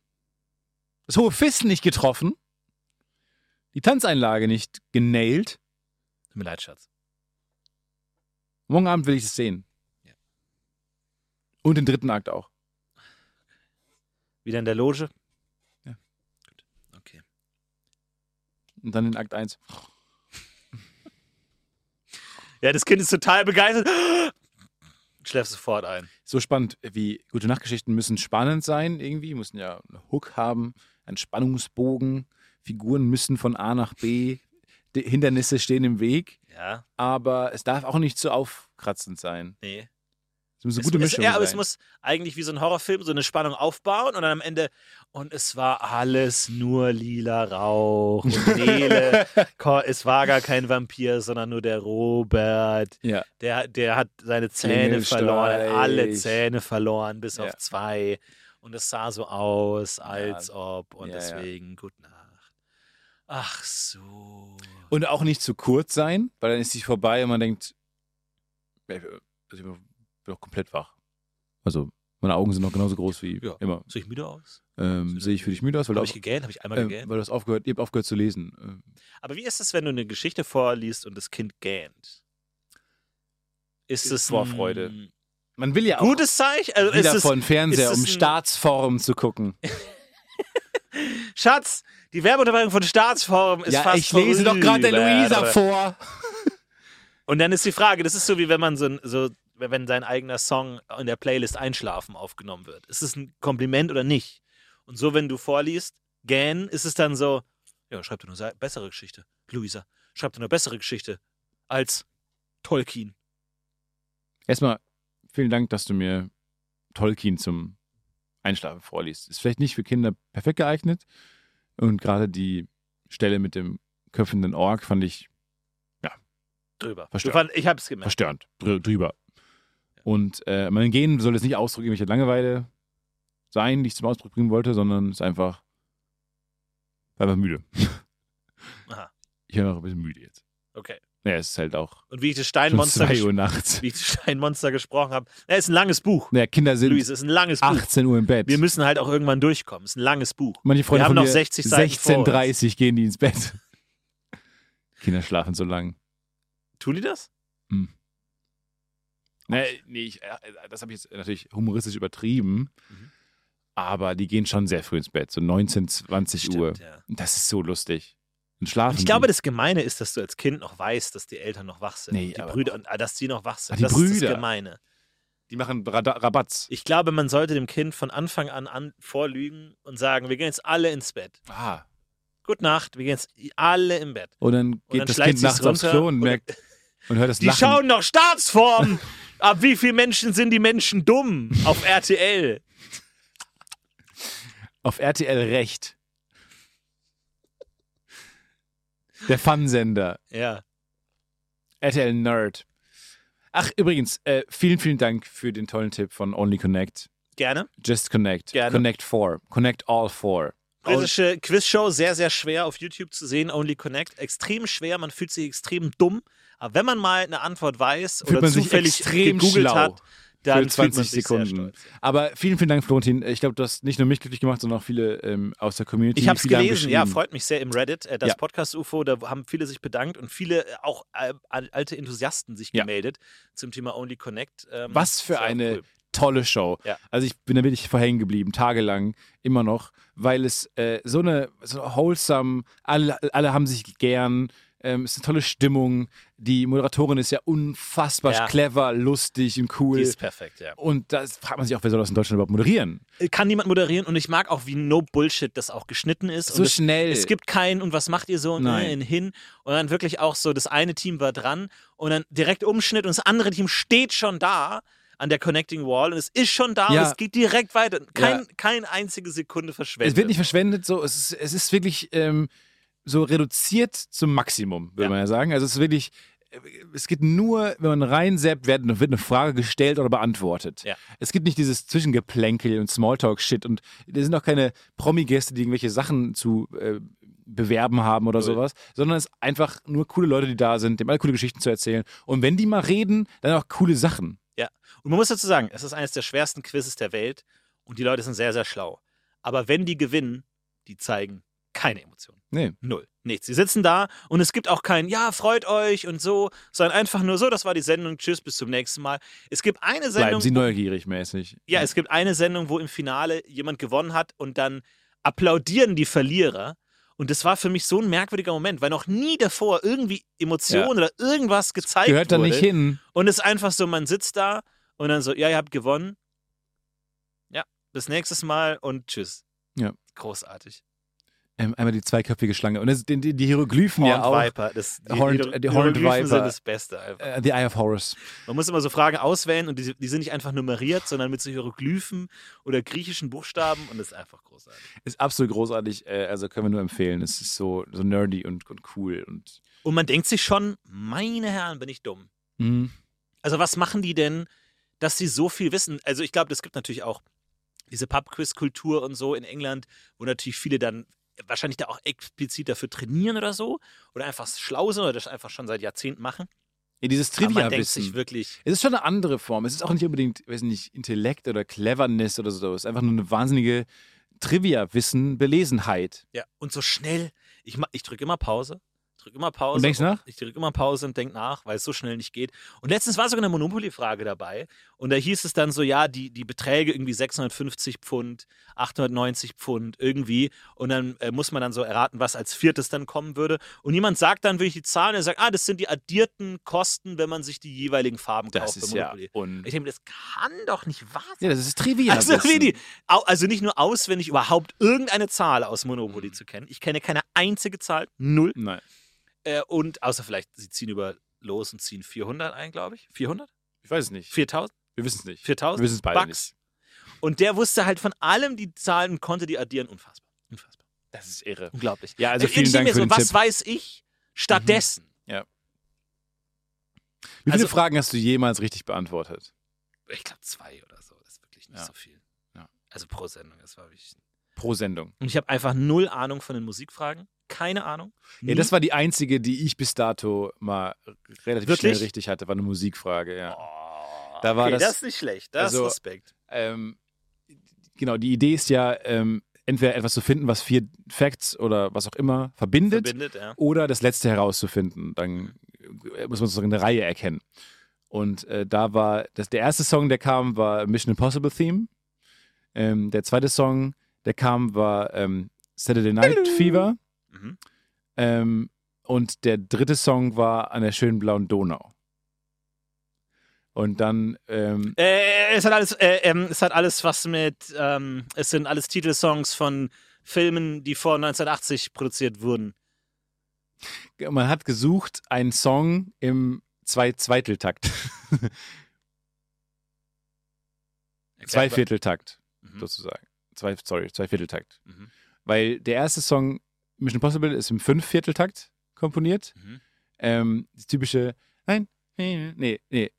C: Das hohe Fist nicht getroffen. Die Tanzeinlage nicht genailt.
D: Tut mir leid, Schatz.
C: Morgen Abend will ich es sehen.
D: Ja.
C: Und den dritten Akt auch.
D: Wieder in der Loge?
C: Ja.
D: Gut. Okay.
C: Und dann den Akt 1.
D: Ja, das Kind ist total begeistert. Schläft sofort ein.
C: So spannend, wie gute Nachtgeschichten müssen spannend sein irgendwie, müssen ja einen Hook haben, einen Spannungsbogen, Figuren müssen von A nach B, die Hindernisse stehen im Weg,
D: Ja,
C: aber es darf auch nicht zu aufkratzend sein.
D: nee.
C: Es muss eine
D: Es-
C: gute
D: es,
C: Mischung
D: Ja, aber es
C: sein.
D: muss eigentlich wie so ein Horrorfilm so eine Spannung aufbauen und dann am Ende, und es war alles nur lila Rauch und Nele. Ko- es war gar kein Vampir, sondern nur der Robert.
C: ja,
D: Der, der hat seine Zähne
C: Klingelstreich.
D: verloren, er hat alle Zähne verloren, bis
C: Ja.
D: auf zwei. Und es sah so aus, als ob. Und
C: Ja, ja.
D: deswegen, gute Nacht. Ach so.
C: und auch nicht zu kurz sein, weil dann ist sie vorbei und man denkt, ey, also ich bin doch komplett wach. Also meine Augen sind noch genauso groß wie
D: Ja.
C: immer.
D: Sehe ich müde aus?
C: Ähm, sehe ich für dich müde aus, weil du,
D: Habe
C: auf,
D: ich gegähnt? Habe ich einmal
C: ähm,
D: gegähnt?
C: weil du hast aufgehört, ihr habt aufgehört zu lesen. Ähm,
D: Aber wie ist es, wenn du eine Geschichte vorliest und das Kind gähnt? Ist es
C: Vor
D: ein
C: Freude. Man will ja auch
D: gutes Zeichen? Also ist
C: wieder
D: es,
C: vor den Fernseher,
D: ist es
C: um
D: ein-
C: Staatsform zu gucken.
D: Schatz, die Werbeunterbrechung von Staatsform ist
C: ja,
D: fast
C: ich lese doch gerade der
D: vorüber.
C: Luisa vor.
D: Und dann ist die Frage, das ist so wie wenn man so, ein- so wenn sein eigener Song in der Playlist Einschlafen aufgenommen wird. Ist es ein Kompliment oder nicht? Und so, wenn du vorliest, gähnen, ist es dann so, ja, schreib dir eine se- bessere Geschichte, Luisa. Schreib dir eine bessere Geschichte als Tolkien.
C: Erstmal vielen Dank, dass du mir Tolkien zum Einschlafen vorliest. Ist vielleicht nicht für Kinder perfekt geeignet. Und gerade die Stelle mit dem köpfenden Ork fand ich
D: Drüber.
C: Verstehe.
D: Du fand- Ich hab's gemerkt.
C: verstörend drü- drüber. Und äh, mein Gehen soll jetzt nicht Ausdruck irgendwelcher Langeweile sein, die ich zum Ausdruck bringen wollte, sondern es ist einfach, einfach müde.
D: Aha.
C: Ich bin auch ein bisschen müde jetzt.
D: Okay.
C: Naja, es ist halt auch
D: Und wie ich das
C: schon
D: Steinmonster,
C: 2
D: ges-
C: Uhr nachts.
D: wie ich das Steinmonster gesprochen habe. Ja, ist ein langes Buch.
C: Naja, Kinder sind
D: Luis, ist ein langes Buch.
C: 18 Uhr im Bett.
D: Wir müssen halt auch irgendwann durchkommen. Ist ein langes Buch.
C: Manche Freunde
D: wir haben
C: von
D: noch
C: mir,
D: 60 Seiten vor uns.
C: 16.30 gehen die ins Bett. Kinder schlafen so lang.
D: Tun die das?
C: Naja, nee, ich, äh, das habe ich jetzt natürlich humoristisch übertrieben.
D: Mhm.
C: Aber die gehen schon sehr früh ins Bett, so 19, 20 Uhr.
D: Stimmt, ja.
C: Und Das ist so lustig. Und schlafen.
D: Und ich glaube,
C: die.
D: das Gemeine ist, dass du als Kind noch weißt, dass die Eltern noch wach sind.
C: Nee,
D: die
C: aber-
D: Brüder, und, ah, dass die noch wach sind.
C: Ah, die
D: das ist das
C: Brüder.
D: Gemeine.
C: die machen Rada- Rabatz.
D: Ich glaube, man sollte dem Kind von Anfang an, an vorlügen und sagen, wir gehen jetzt alle ins Bett.
C: Ah.
D: Gute Nacht, wir gehen jetzt alle im Bett.
C: Und dann geht
D: dann
C: das
D: schleicht
C: Kind
D: sie's
C: nachts aufs
D: runter
C: Klo und
D: und-
C: merkt und hört das
D: Die
C: Lachen.
D: schauen noch Staatsform. Ab wie viel Menschen sind die Menschen dumm auf RTL?
C: Auf RTL Recht. Der Fun-Sender.
D: Ja.
C: RTL Nerd. Ach, übrigens, äh, vielen, vielen Dank für den tollen Tipp von Only Connect.
D: Gerne.
C: Just Connect.
D: Gerne.
C: Connect 4. Connect all 4.
D: Britische Quizshow, sehr, sehr schwer auf YouTube zu sehen, Only Connect. Extrem schwer, man fühlt sich extrem dumm. Aber wenn man mal eine Antwort weiß
C: Fühlt
D: oder
C: man sich
D: zufällig
C: extrem
D: gegoogelt
C: schlau
D: hat, dann
C: für
D: fühlt
C: 20
D: man sich
C: Sekunden.
D: Sehr stolz.
C: Aber vielen, vielen Dank, Florentin. Ich glaube, du hast nicht nur mich glücklich gemacht, sondern auch viele ähm, aus der Community.
D: Ich habe es
C: Viele haben
D: gelesen, ja,
C: geschrieben.
D: freut mich sehr im Reddit. äh, Das
C: Ja.
D: Podcast-UFO, da haben viele sich bedankt und viele äh, auch äh, alte Enthusiasten sich
C: Ja.
D: gemeldet zum Thema Only Connect. ähm,
C: Was für
D: sehr
C: eine
D: cool.
C: tolle Show.
D: Ja.
C: Also ich bin da wirklich verhängen geblieben, tagelang, immer noch, weil es äh, so eine so wholesome, alle, alle haben sich gern, ähm, es ist eine tolle Stimmung. Die Moderatorin ist ja unfassbar
D: Ja.
C: clever, lustig und cool.
D: Die ist perfekt, ja.
C: und da fragt man sich auch, wer soll das in Deutschland überhaupt moderieren?
D: kann niemand moderieren und ich mag auch, wie no Bullshit das auch geschnitten ist.
C: So
D: und es,
C: schnell.
D: Es gibt keinen und was macht ihr so und
C: Nein.
D: äh, hin. Und dann wirklich auch so, das eine Team war dran und dann direkt Umschnitt und das andere Team steht schon da. an der Connecting Wall und es ist schon da
C: Ja.
D: und es geht direkt weiter. Kein,
C: Ja.
D: kein einzige Sekunde verschwendet.
C: Es wird nicht verschwendet, so, es, ist, es ist wirklich ähm, so reduziert zum Maximum, würde
D: Ja.
C: man ja sagen. Also es ist wirklich, äh, es geht nur, wenn man reinseppt, wird, wird eine Frage gestellt oder beantwortet.
D: Ja.
C: Es gibt nicht dieses Zwischengeplänkel und Smalltalk-Shit und es sind auch keine Promi-Gäste, die irgendwelche Sachen zu äh, bewerben haben oder sowas, sondern es ist einfach nur coole Leute, die da sind, dem alle coole Geschichten zu erzählen. Und wenn die mal reden, dann auch coole Sachen.
D: Ja. Und man muss dazu sagen, es ist eines der schwersten Quizzes der Welt und die Leute sind sehr, sehr schlau. Aber wenn die gewinnen, die zeigen keine Emotionen.
C: Nee.
D: Null. Nichts. Sie sitzen da und es gibt auch kein Ja, freut euch und so, sondern einfach nur so, das war die Sendung, tschüss, bis zum nächsten Mal. Es gibt eine
C: Bleiben
D: Sendung.
C: Sie neugierig mäßig.
D: Ja, es gibt eine Sendung, wo im Finale jemand gewonnen hat und dann applaudieren die Verlierer. Und das war für mich so ein merkwürdiger Moment, weil noch nie davor irgendwie Emotionen oder irgendwas gezeigt
C: Gehört da
D: wurde.
C: nicht hin.
D: Und es ist einfach so, man sitzt da und dann so, ja, ihr habt gewonnen. Ja, bis nächstes Mal und tschüss.
C: Ja.
D: Großartig.
C: Ähm, einmal die zweiköpfige Schlange. Und das, die, die die Hieroglyphen
D: Horned
C: ja auch.
D: Viper, das, die,
C: Horned-
D: die,
C: die Horned
D: Hieroglyphen sind
C: Viper.
D: das Beste. Einfach.
C: Äh, The Eye of Horus.
D: Man muss immer so Fragen auswählen und die, die sind nicht einfach nummeriert, sondern mit so Hieroglyphen oder griechischen Buchstaben und das ist einfach großartig.
C: Ist absolut großartig, äh, also können wir nur empfehlen. Es ist so, so nerdy und, und cool. Und,
D: Und man denkt sich schon, meine Herren, bin ich dumm.
C: Mhm.
D: Also was machen die denn, dass sie so viel wissen? Also ich glaube, es gibt natürlich auch diese Pub-Quiz-Kultur und so in England, wo natürlich viele dann wahrscheinlich da auch explizit dafür trainieren oder so oder einfach schlau sind oder das einfach schon seit Jahrzehnten machen.
C: Ja, dieses
D: Aber man denkt sich
C: Trivia-Wissen.
D: wirklich,
C: Es ist schon eine andere Form. Es ist auch nicht unbedingt, weiß nicht, Intellekt oder Cleverness oder so. Es ist einfach nur eine wahnsinnige Trivia-Wissen, Belesenheit.
D: ja, und so schnell, ich, ma- ich drücke immer Pause, drücke immer Pause.
C: Und denkst nach?
D: Ich drücke immer Pause und denke nach, weil es so schnell nicht geht. Und letztens war sogar eine Monopoly-Frage dabei. Und da hieß es dann so, ja, die, die Beträge irgendwie 650 Pfund, 890 Pfund, irgendwie. Und dann äh, muss man dann so erraten, was als viertes dann kommen würde. Und jemand sagt dann wirklich die Zahlen. Er sagt, ah, das sind die addierten Kosten, wenn man sich die jeweiligen Farben
C: Das
D: kauft
C: ist
D: bei
C: ja.
D: Monopoly.
C: Und,
D: Ich denke mir, das kann doch nicht wahr sein.
C: ja, das ist Trivia.
D: Also, wie die, au- also nicht nur auswendig überhaupt irgendeine Zahl aus Monopoly
C: Mhm.
D: zu kennen. Ich kenne keine einzige Zahl, null.
C: Nein.
D: Äh, und außer vielleicht, sie ziehen über los und ziehen 400 ein, glaube ich. 400?
C: Ich weiß es nicht.
D: 4000?
C: Wir wissen es nicht. Wir
D: 4000?
C: wissen es beide
D: Bucks. Und der wusste halt von allem die Zahlen und konnte die addieren. Unfassbar. Unfassbar.
C: nicht. Das ist irre.
D: Unglaublich.
C: Ja, also
D: Ich
C: vielen
D: denke
C: Dank
D: mir
C: für
D: so,
C: den
D: was
C: Tipp. Mhm.
D: weiß ich stattdessen?
C: Wie viele
D: also-
C: Fragen hast du jemals richtig beantwortet?
D: Ich glaube zwei oder so. Das ist wirklich nicht
C: Ja.
D: so viel.
C: Ja.
D: Also pro Sendung, das war wirklich.
C: Pro Sendung.
D: Und ich habe einfach null Ahnung von den Musikfragen. Keine Ahnung.
C: Ja, das war die einzige, die ich bis dato mal relativ
D: Wirklich?
C: schnell richtig hatte, war eine Musikfrage, ja.
D: Oh,
C: Da war
D: okay,
C: das-
D: das ist nicht schlecht. Das
C: also-
D: ist Respekt.
C: Ähm, genau, die Idee ist ja, ähm, entweder etwas zu finden, was vier Facts oder was auch immer verbindet,
D: Verbindet, ja.
C: oder das letzte herauszufinden. Dann äh, muss man sozusagen eine Reihe erkennen. Und äh, da war, das, der erste Song, der kam, war Mission Impossible Theme. Ähm, der zweite Song, der kam, war ähm, Saturday Night Fever.
D: Mhm.
C: Ähm, und der dritte Song war an der schönen blauen Donau. Und dann, ähm,
D: Äh, es hat alles, äh, ähm, es hat alles was mit, ähm, es sind alles Titelsongs von Filmen, die vor 1980 produziert wurden.
C: man hat gesucht einen Song im zwei Zweiteltakt. Zweivierteltakt,
D: Mhm.
C: sozusagen. Zwei, sorry, Zweivierteltakt.
D: Mhm.
C: Weil der erste Song, Mission Impossible, ist im Fünfvierteltakt komponiert.
D: Mhm.
C: Ähm, die typische, nein, nee, nee, nee.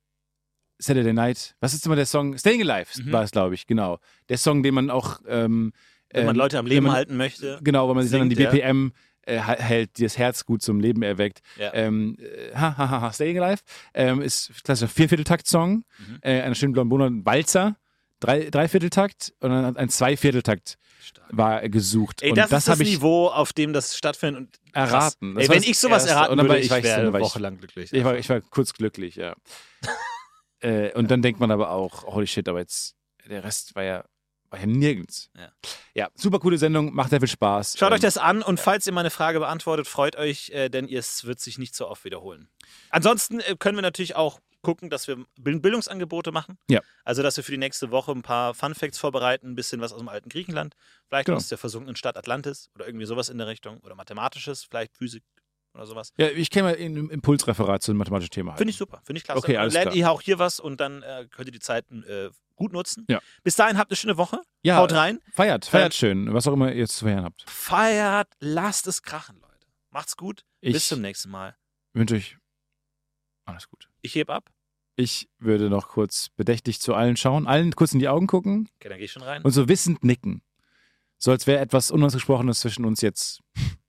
C: Saturday Night, was ist immer der Song? Staying Alive
D: Mhm.
C: war es, glaube ich, genau. Der Song, den man auch, ähm,
D: Wenn man
C: ähm,
D: Leute am
C: wenn
D: Leben
C: man-
D: halten möchte.
C: Genau, wenn man sich dann an die
D: Singt, ja.
C: BPM äh, ha- hält, die das Herz gut zum Leben erweckt.
D: Ja.
C: Ähm, äh, ha, ha, ha, ha, Staying Alive ähm, ist klassischer Viervierteltakt-Song,
D: Mhm.
C: äh, einer schönen blauen Bohne, ein Walzer, drei, Dreivierteltakt und dann ein Zweivierteltakt
D: Stark.
C: war äh, gesucht.
D: Ey,
C: und
D: das, ist das
C: habe ich
D: Niveau, auf dem das stattfindet. Und krass.
C: erraten. Das
D: Ey,
C: war
D: wenn
C: das
D: ich sowas
C: Erste.
D: erraten
C: Und dann war
D: würde,
C: ich
D: ich
C: weiß,
D: wäre
C: dann
D: eine
C: war ich-
D: Woche lang glücklich.
C: Ich war, ich war kurz glücklich, ja. äh, und dann denkt man aber auch, holy shit, aber jetzt, der Rest war ja, war ja nirgends.
D: Ja.
C: ja, super coole Sendung, macht sehr viel Spaß.
D: Schaut
C: Ähm,
D: euch das an und falls ihr meine Frage beantwortet, freut euch, äh, denn es wird sich nicht so oft wiederholen. Ansonsten äh, können wir natürlich auch gucken, dass wir Bild- Bildungsangebote machen.
C: Ja.
D: Also, dass wir für die nächste Woche ein paar Fun Facts vorbereiten, ein bisschen was aus dem alten Griechenland, vielleicht
C: Genau.
D: aus der versunkenen Stadt Atlantis oder irgendwie sowas in der Richtung oder mathematisches, vielleicht Physik oder sowas.
C: Ja, ich kenne mal ein Impulsreferat zu einem mathematischen Thema. halt. halten.
D: Finde ich super, finde ich klasse.
C: Okay,
D: Dann
C: alles
D: Lernt
C: klar.
D: ihr auch hier was und dann äh, könnt ihr die Zeiten äh, gut nutzen.
C: Ja.
D: Bis dahin habt eine schöne Woche.
C: Ja.
D: Haut rein.
C: Feiert, feiert schön, was auch immer ihr zu feiern habt.
D: Feiert, lasst es krachen, Leute. Macht's gut.
C: Ich-
D: Bis zum nächsten Mal.
C: Wünsche euch alles gut.
D: Ich heb ab.
C: Ich würde noch kurz bedächtig zu allen schauen, allen kurz in die Augen gucken
D: Okay, dann geh ich schon rein.
C: und so wissend nicken. So als wäre etwas Unausgesprochenes zwischen uns jetzt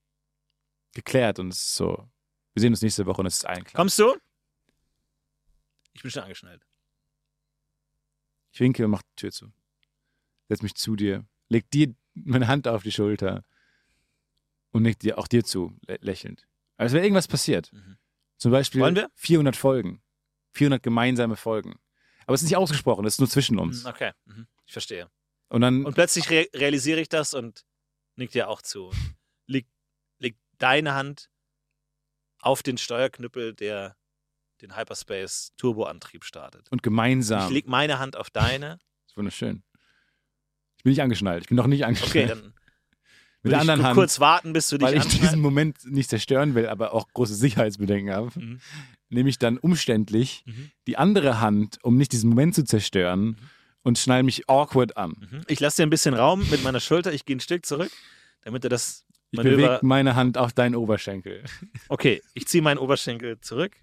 C: geklärt und es ist so. Wir sehen uns nächste Woche und es ist allen klar.
D: Kommst du? Ich bin schon angeschnallt.
C: Ich winke und mach die Tür zu. Setz mich zu dir, leg dir meine Hand auf die Schulter und nick dir auch dir zu, lä lächelnd. Als wäre irgendwas passiert.
D: Mhm.
C: Zum Beispiel
D: Wollen wir?
C: 400 Folgen. 400 gemeinsame Folgen. Aber es ist nicht ausgesprochen, es ist nur zwischen uns.
D: Hm, Okay, mhm. ich verstehe.
C: Und dann
D: Und plötzlich re realisiere ich das und nick dir auch zu. Leg, leg deine Hand auf den Steuerknüppel, der den Hyperspace Turboantrieb startet.
C: und
D: Ich
C: gemeinsam.
D: leg meine Hand auf deine.
C: Das ist wunderschön. Ich bin nicht angeschnallt. Ich bin noch nicht
D: Okay,
C: angeschnallt.
D: dann
C: Mit der
D: will
C: anderen
D: ich
C: Hand,
D: kurz warten, bis du dich
C: weil ich diesen
D: anschneidest.
C: Moment nicht zerstören will, aber auch große Sicherheitsbedenken habe,
D: Mhm.
C: nehme ich dann umständlich
D: Mhm.
C: die andere Hand, um nicht diesen Moment zu zerstören und schnall mich awkward an.
D: Mhm. Ich lasse dir ein bisschen Raum mit meiner Schulter. Ich gehe ein Stück zurück, damit er das
C: Ich
D: Manöver.
C: bewege meine Hand auf deinen Oberschenkel.
D: Okay, ich ziehe meinen Oberschenkel zurück.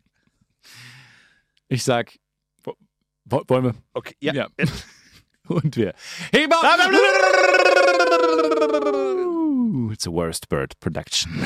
C: Ich sag, wo- wo- wollen wir?
D: Okay, ja.
C: Und wir. Heba! It's a worst bird production.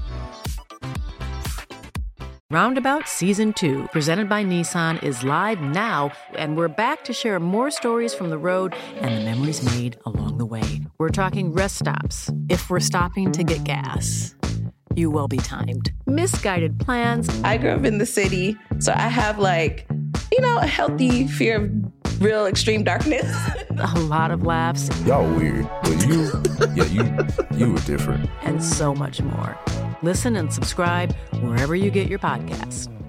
E: Roundabout Season 2, presented by Nissan, is live now, and we're back to share more stories from the road and the memories made along the way. We're talking rest stops. If we're stopping to get gas, you will be timed. Misguided plans,
F: I grew up in the city, so I have like, you know, a healthy fear of real extreme darkness.
E: a lot of laughs,
G: Y'all weird, but you, yeah, you, you were different.
E: and so much more. Listen and subscribe wherever you get your podcasts.